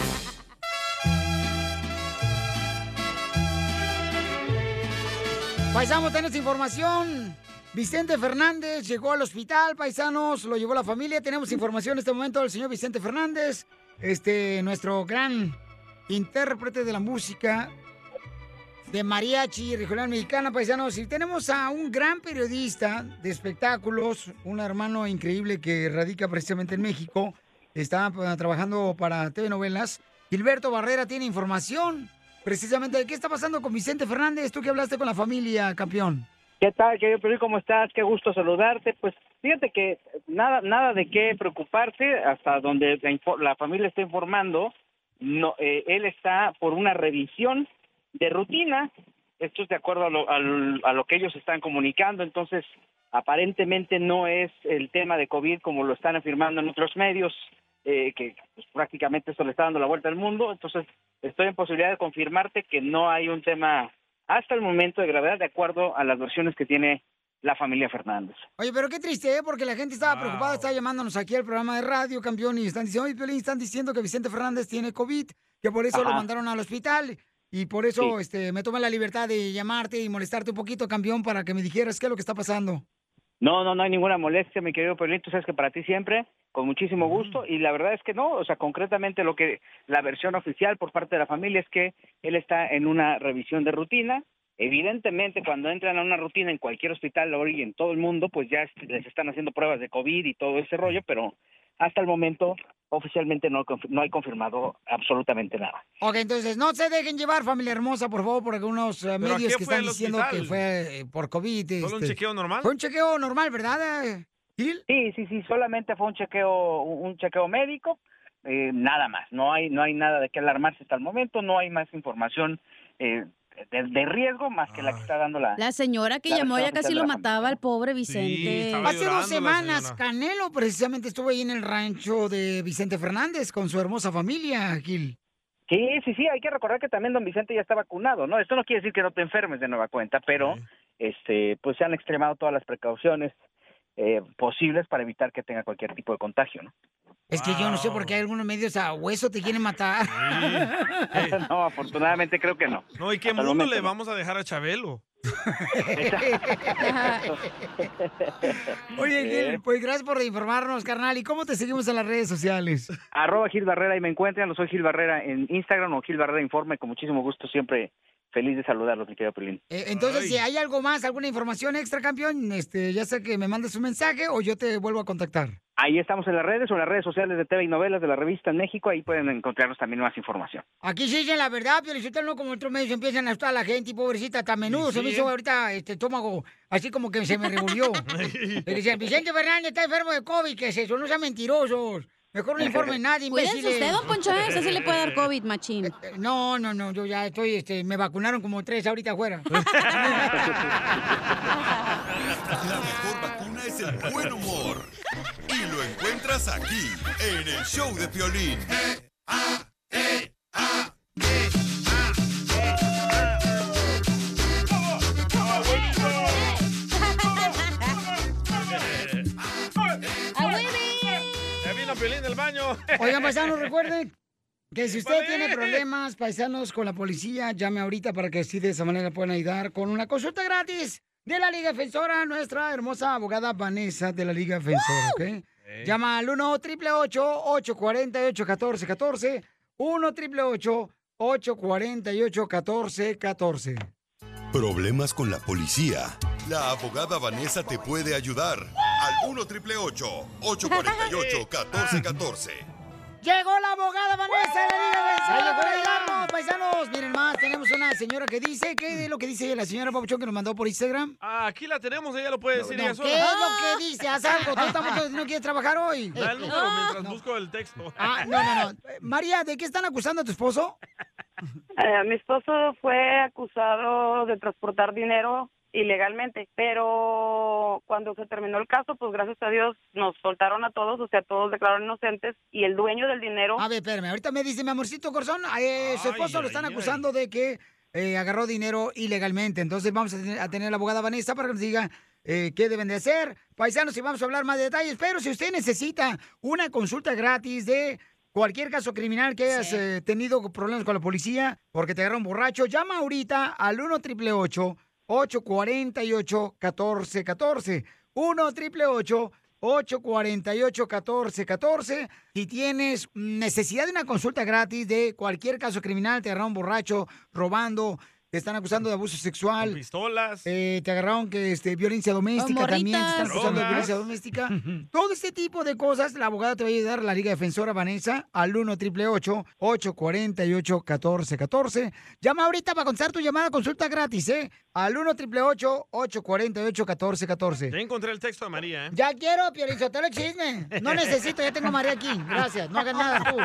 A: Paisanos, tenemos información. Vicente Fernández llegó al hospital, paisanos, lo llevó la familia. Tenemos información en este momento del señor Vicente Fernández, este, nuestro gran intérprete de la música de mariachi regional mexicana, paisanos. Y tenemos a un gran periodista de espectáculos, un hermano increíble que radica precisamente en México. Está eh, trabajando para TV Novelas. Gilberto Barrera tiene información precisamente de qué está pasando con Vicente Fernández. Tú que hablaste con la familia, campeón.
K: ¿Qué tal, querido Piolín? ¿Cómo estás? Qué gusto saludarte. Pues fíjate que nada nada de qué preocuparse hasta donde la, info- la familia está informando. No, eh, él está por una revisión de rutina. Esto es de acuerdo a lo, a lo- a lo que ellos están comunicando. Entonces, aparentemente no es el tema de COVID como lo están afirmando en otros medios, eh, que pues, prácticamente esto le está dando la vuelta al mundo. Entonces, estoy en posibilidad de confirmarte que no hay un tema hasta el momento de gravedad de acuerdo a las versiones que tiene la familia Fernández.
A: Oye, pero qué triste, ¿eh? porque la gente estaba preocupada, estaba llamándonos aquí al programa de radio, campeón, y están diciendo, oye, Piolín, están diciendo que Vicente Fernández tiene COVID, que por eso
M: Ajá.
A: lo mandaron al hospital. Y por eso
M: Sí.
A: este, me tomé la libertad de llamarte y molestarte un poquito, campeón, para que me dijeras qué es lo que está pasando.
K: No, no, no hay ninguna molestia, mi querido Piolín, tú sabes que para ti siempre, con muchísimo gusto, y la verdad es que no, o sea, concretamente lo que la versión oficial por parte de la familia es que él está en una revisión de rutina, evidentemente cuando entran a una rutina en cualquier hospital ahora y en todo el mundo, pues ya est- les están haciendo pruebas de COVID y todo ese rollo, pero hasta el momento oficialmente no, confi- no hay confirmado absolutamente nada.
A: Ok, entonces no se dejen llevar, familia hermosa, por favor, porque unos eh,
K: ¿Pero a
A: medios
K: qué
A: que
K: fue
A: están
K: al
A: diciendo
K: hospital?
A: que fue eh, por COVID.
K: ¿Solo un chequeo normal?
A: Fue un chequeo normal, ¿verdad? eh?
K: Sí, sí, sí, solamente fue un chequeo, un chequeo médico, eh, nada más. No hay, no hay nada de qué alarmarse hasta el momento, no hay más información eh, de, de riesgo más que la que está dando la.
E: La señora que
K: La
E: llamó ya
K: versión
E: casi
K: oficial de
E: lo
K: la
E: mataba al pobre Vicente.
A: Hace dos semanas, Canelo precisamente estuvo ahí en el rancho de Vicente Fernández con su hermosa familia, Gil.
K: Sí, sí, sí, hay que recordar que también don Vicente ya está vacunado, ¿no? Esto no quiere decir que no te enfermes de nueva cuenta, pero este, pues se han extremado todas las precauciones eh, posibles para evitar que tenga cualquier tipo de contagio, ¿no?
A: Es que yo no sé por qué hay algunos medios a hueso te quieren matar.
K: no, afortunadamente creo que no.
B: Eh. No, ¿y qué
K: Hasta el
B: mundo
K: momento
B: le
K: no.
B: vamos a dejar a Chabelo?
A: Oye,
K: Eh,
A: Gil, pues gracias por informarnos, carnal. ¿Y cómo te seguimos en las redes sociales?
K: Arroba Gil Barrera y me encuentran, soy Gil Barrera en Instagram o Gil Barrera Informe, con muchísimo gusto, siempre feliz de saludarlos, mi querido Pelín.
A: Eh, Entonces, si hay algo más, alguna información extra, campeón, este, ya sea que me mandes un mensaje o yo te vuelvo a contactar.
K: Ahí estamos en las redes o en las redes sociales de TV y Novelas de la revista en México, ahí pueden encontrarnos también más información.
A: Aquí sí dicen la verdad, pero no como otros medios empiezan a estar la gente y pobrecita, tan menudo se me
M: sí,
A: hizo
M: ¿eh?
A: ahorita este estómago, así como que se me revolvió. Y dicen, Vicente Fernández está enfermo de COVID, ¿qué es eso? No sean mentirosos. Mejor no informe nadie,
E: Cuídense
A: imbéciles. Eh,
E: usted, don Poncho, ¿eh? Usted sí le puede dar COVID, machín.
A: No, no, no, yo ya estoy, este, me vacunaron como tres ahorita afuera.
F: La mejor vacuna es el buen humor. Y lo encuentras aquí, en el show de Piolín.
B: Ya vino Piolín del baño.
A: Oigan, paisanos, recuerden que si usted
B: Vale.
A: tiene problemas, paisanos, con la policía, llame ahorita para que así de esa manera puedan ayudar con una consulta gratis de la Liga Defensora, nuestra hermosa abogada Vanessa de la Liga Defensora, ¿ok? Llama al 1 888 848 1414 1 888 848 1414
F: Problemas con la policía. La abogada Vanessa te puede ayudar. Al 1 848 1414
A: Llegó la abogada Vanessa de la Liga Defensora para ayudarnos, paisanos. Miren más, tenemos una señora que dice, ¿qué es lo que dice la señora Papuchón que nos mandó por Instagram?
B: Ah, aquí la tenemos, ella lo puede decir
A: No,
B: ella sola.
A: ¿Qué es lo que dice? Haz algo. Tú estamos- no quieres trabajar hoy. Eh,
B: Da el número mientras busco el texto.
A: Ah, no, no, no. Eh, María, ¿de qué están acusando a tu esposo?
H: Eh, mi esposo fue acusado de transportar dinero ilegalmente, pero cuando se terminó el caso, pues gracias a Dios nos soltaron a todos, o sea, todos declararon inocentes y el dueño del dinero...
A: A ver, Eh, espérame. Ahorita me dice mi amorcito Corzón, eh, su esposo lo están acusando de que eh, agarró dinero ilegalmente. Entonces vamos a tener, a tener a la abogada Vanessa para que nos diga eh, qué deben de hacer. Paisanos, y vamos a hablar más de detalles. Pero si usted necesita una consulta gratis de... Cualquier caso criminal que hayas eh, tenido problemas con la policía porque te agarraron borracho, llama ahorita al 1 888 848 1414 1 888 848 1414 Si tienes necesidad de una consulta gratis de cualquier caso criminal, te agarraron borracho, robando, te están acusando de abuso sexual. eh,
B: pistolas.
A: te agarraron que este, violencia doméstica también, te están
B: morritas.
A: acusando de
B: Drogas.
A: violencia doméstica. Todo este tipo de cosas, la abogada te va a ayudar, la Liga Defensora Vanessa, al 1 888 848 1414 Llama ahorita para contestar tu llamada, consulta gratis, ¿eh? Al 1 888 848 1414
B: Ya encontré el texto de María, ¿eh?
A: ya quiero, Piorizotelo, chisme. No necesito, ya tengo a María aquí. Gracias, no hagas nada tú.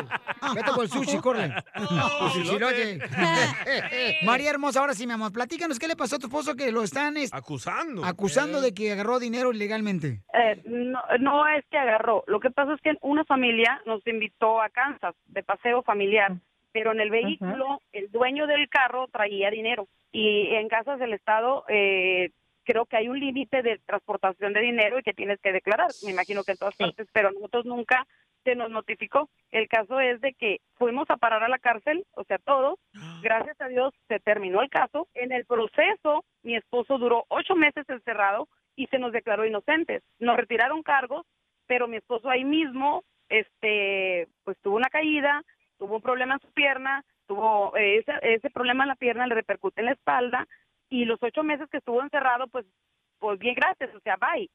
A: Vete por el sushi, corre.
B: Oh,
A: Por el sushilote.
B: sushilote.
A: María hermosa, ahora sí, mi amor, platícanos qué le pasó a tu esposo que lo están es-
B: acusando.
A: acusando de que agarró dinero ilegalmente.
M: Eh, no, no es que agarró. Lo que pasa es que una familia nos invitó a Kansas de paseo familiar, pero en el vehículo el dueño del carro traía dinero y en casas del estado eh, creo que hay un límite de transportación de dinero y que tienes que declarar. Me imagino que en todas partes, pero a nosotros nunca se nos notificó. El caso es de que fuimos a parar a la cárcel, o sea, todos. Gracias a Dios se terminó el caso. En el proceso, mi esposo duró ocho meses encerrado y se nos declaró inocentes. Nos retiraron cargos, pero mi esposo ahí mismo, este, pues tuvo una caída, tuvo un problema en su pierna, tuvo eh, ese, ese problema en la pierna le repercute en la espalda y los ocho meses que estuvo encerrado, pues, pues bien gracias, o sea, bye.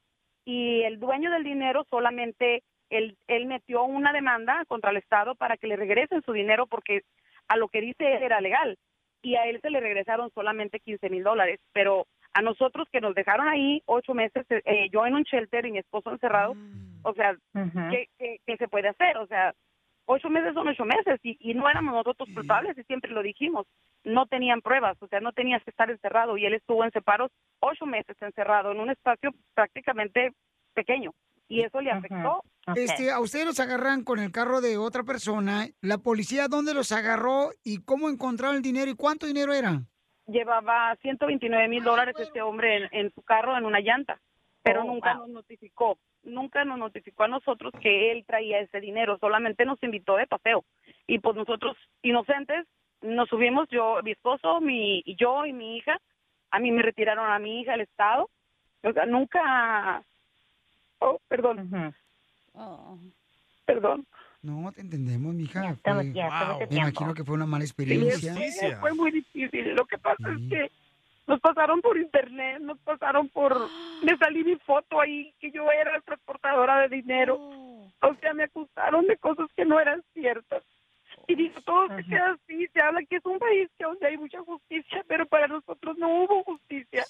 M: Y el dueño del dinero solamente, él, él metió una demanda contra el Estado para que le regresen su dinero porque a lo que dice él era legal y a él se le regresaron solamente 15 mil dólares, pero a nosotros que nos dejaron ahí ocho meses, eh, yo en un shelter y mi esposo encerrado, o sea,
O: Ujú.
M: ¿qué, qué, qué se puede hacer? O sea, ocho meses son ocho meses y, y no éramos nosotros culpables y siempre lo dijimos, no tenían pruebas, o sea, no tenías que estar encerrado y él estuvo en separos ocho meses encerrado en un espacio prácticamente pequeño y eso le afectó.
A: Este, a ustedes los agarran con el carro de otra persona. ¿La policía dónde los agarró y cómo encontraron el dinero y cuánto dinero era?
M: llevaba 129 mil dólares este hombre en, en su carro en una llanta, pero Oh, nunca wow. nos notificó, nunca nos notificó a nosotros que él traía ese dinero, solamente nos invitó de paseo y pues nosotros inocentes nos subimos yo, mi esposo, mi y yo y mi hija, a mí me retiraron a mi hija el estado, o sea, nunca, oh, perdón, perdón.
A: No, te entendemos, mija.
M: estamos-
A: Fue-
M: ya estamos de
A: Me
M: tiempo.
A: imagino que fue una mala
M: Sí,
A: experiencia.
M: fue- fue muy difícil. Lo que pasa es que nos pasaron por internet, nos pasaron por... Me salí mi foto ahí, que yo era transportadora de dinero. O sea, me acusaron de cosas que no eran ciertas. Y digo, todo se queda así, se habla que es un país que donde hay mucha justicia, pero para nosotros no hubo justicia.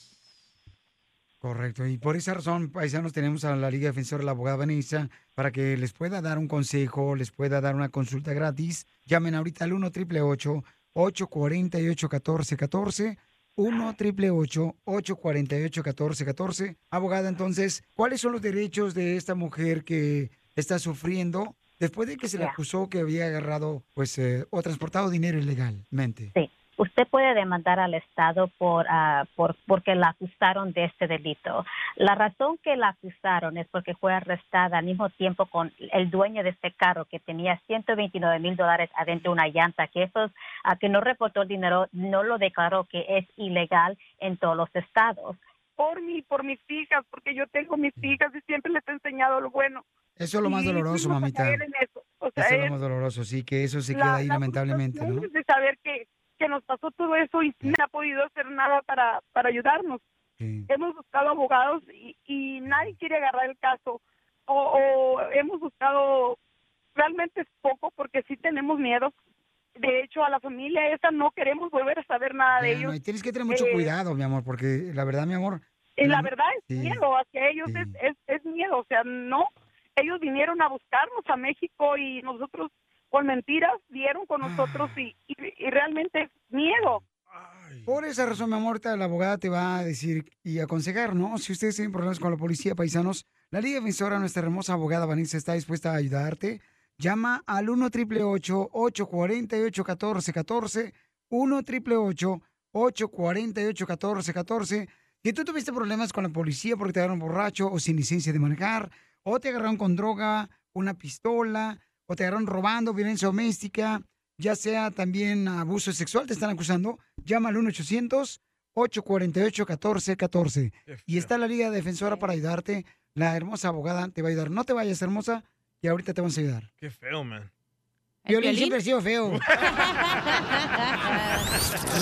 A: Correcto, y por esa razón, paisanos, tenemos a la Liga Defensora de la Abogada Vanessa para que les pueda dar un consejo, les pueda dar una consulta gratis. Llamen ahorita al 1 888 848 1414 1 888 848 1414 Abogada, entonces, ¿cuáles son los derechos de esta mujer que está sufriendo después de que se le
N: Ya.
A: acusó que había agarrado pues eh, o transportado dinero ilegalmente?
N: Sí. Usted puede demandar al Estado por, ah, por porque la acusaron de este delito. La razón que la acusaron es porque fue arrestada al mismo tiempo con el dueño de este carro que tenía 129 mil dólares adentro de una llanta, que eso que no reportó el dinero, no lo declaró que es ilegal en todos los estados.
M: Por mí, por mis hijas, porque yo tengo mis hijas y siempre les he enseñado lo bueno.
A: Eso es lo más
M: Y
A: doloroso,
M: fuimos a
A: mamita.
M: caer en eso. O sea,
A: Eso es
M: es-
A: lo más doloroso, sí, que eso se
M: la-
A: queda ahí
M: la
A: lamentablemente, ¿no?
M: de saber que, que nos pasó todo eso y no ha podido hacer nada para, para ayudarnos. Hemos buscado abogados y, y nadie quiere agarrar el caso. O, o hemos buscado, realmente es poco porque sí tenemos miedo. De hecho, a la familia esa no queremos volver a saber nada de
A: Ya,
M: ellos.
A: Ah, no, y tienes que tener mucho
M: Eh,
A: cuidado, mi amor, porque la verdad, mi amor.
M: y la verdad es
A: sí.
M: miedo hacia ellos, es, es, es miedo, o sea, no, ellos vinieron a buscarnos a México y nosotros con mentiras dieron con nosotros
A: Ah.
M: y, y, y realmente es miedo.
A: Por esa razón, mi amor, te- la abogada te va a decir y aconsejar, ¿no? Si ustedes tienen problemas con la policía, paisanos, la Liga Defensora, nuestra hermosa abogada Vanessa, está dispuesta a ayudarte. Llama al 1 888 848 1414 1 888 848 1414 Que tú tuviste problemas con la policía porque te agarraron borracho o sin licencia de manejar, o te agarraron con droga, una pistola, o te agarraron robando, violencia doméstica, ya sea también abuso sexual, te están acusando, llama al 1-800-848-1414. Y está la Liga Defensora para ayudarte. La hermosa abogada te va a ayudar. No te vayas, hermosa, y ahorita te vamos a ayudar.
B: Qué feo, man.
A: Violín siempre ha sido feo.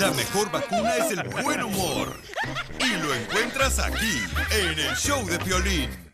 F: La mejor vacuna es el buen humor. Y lo encuentras aquí, en el show de Piolín.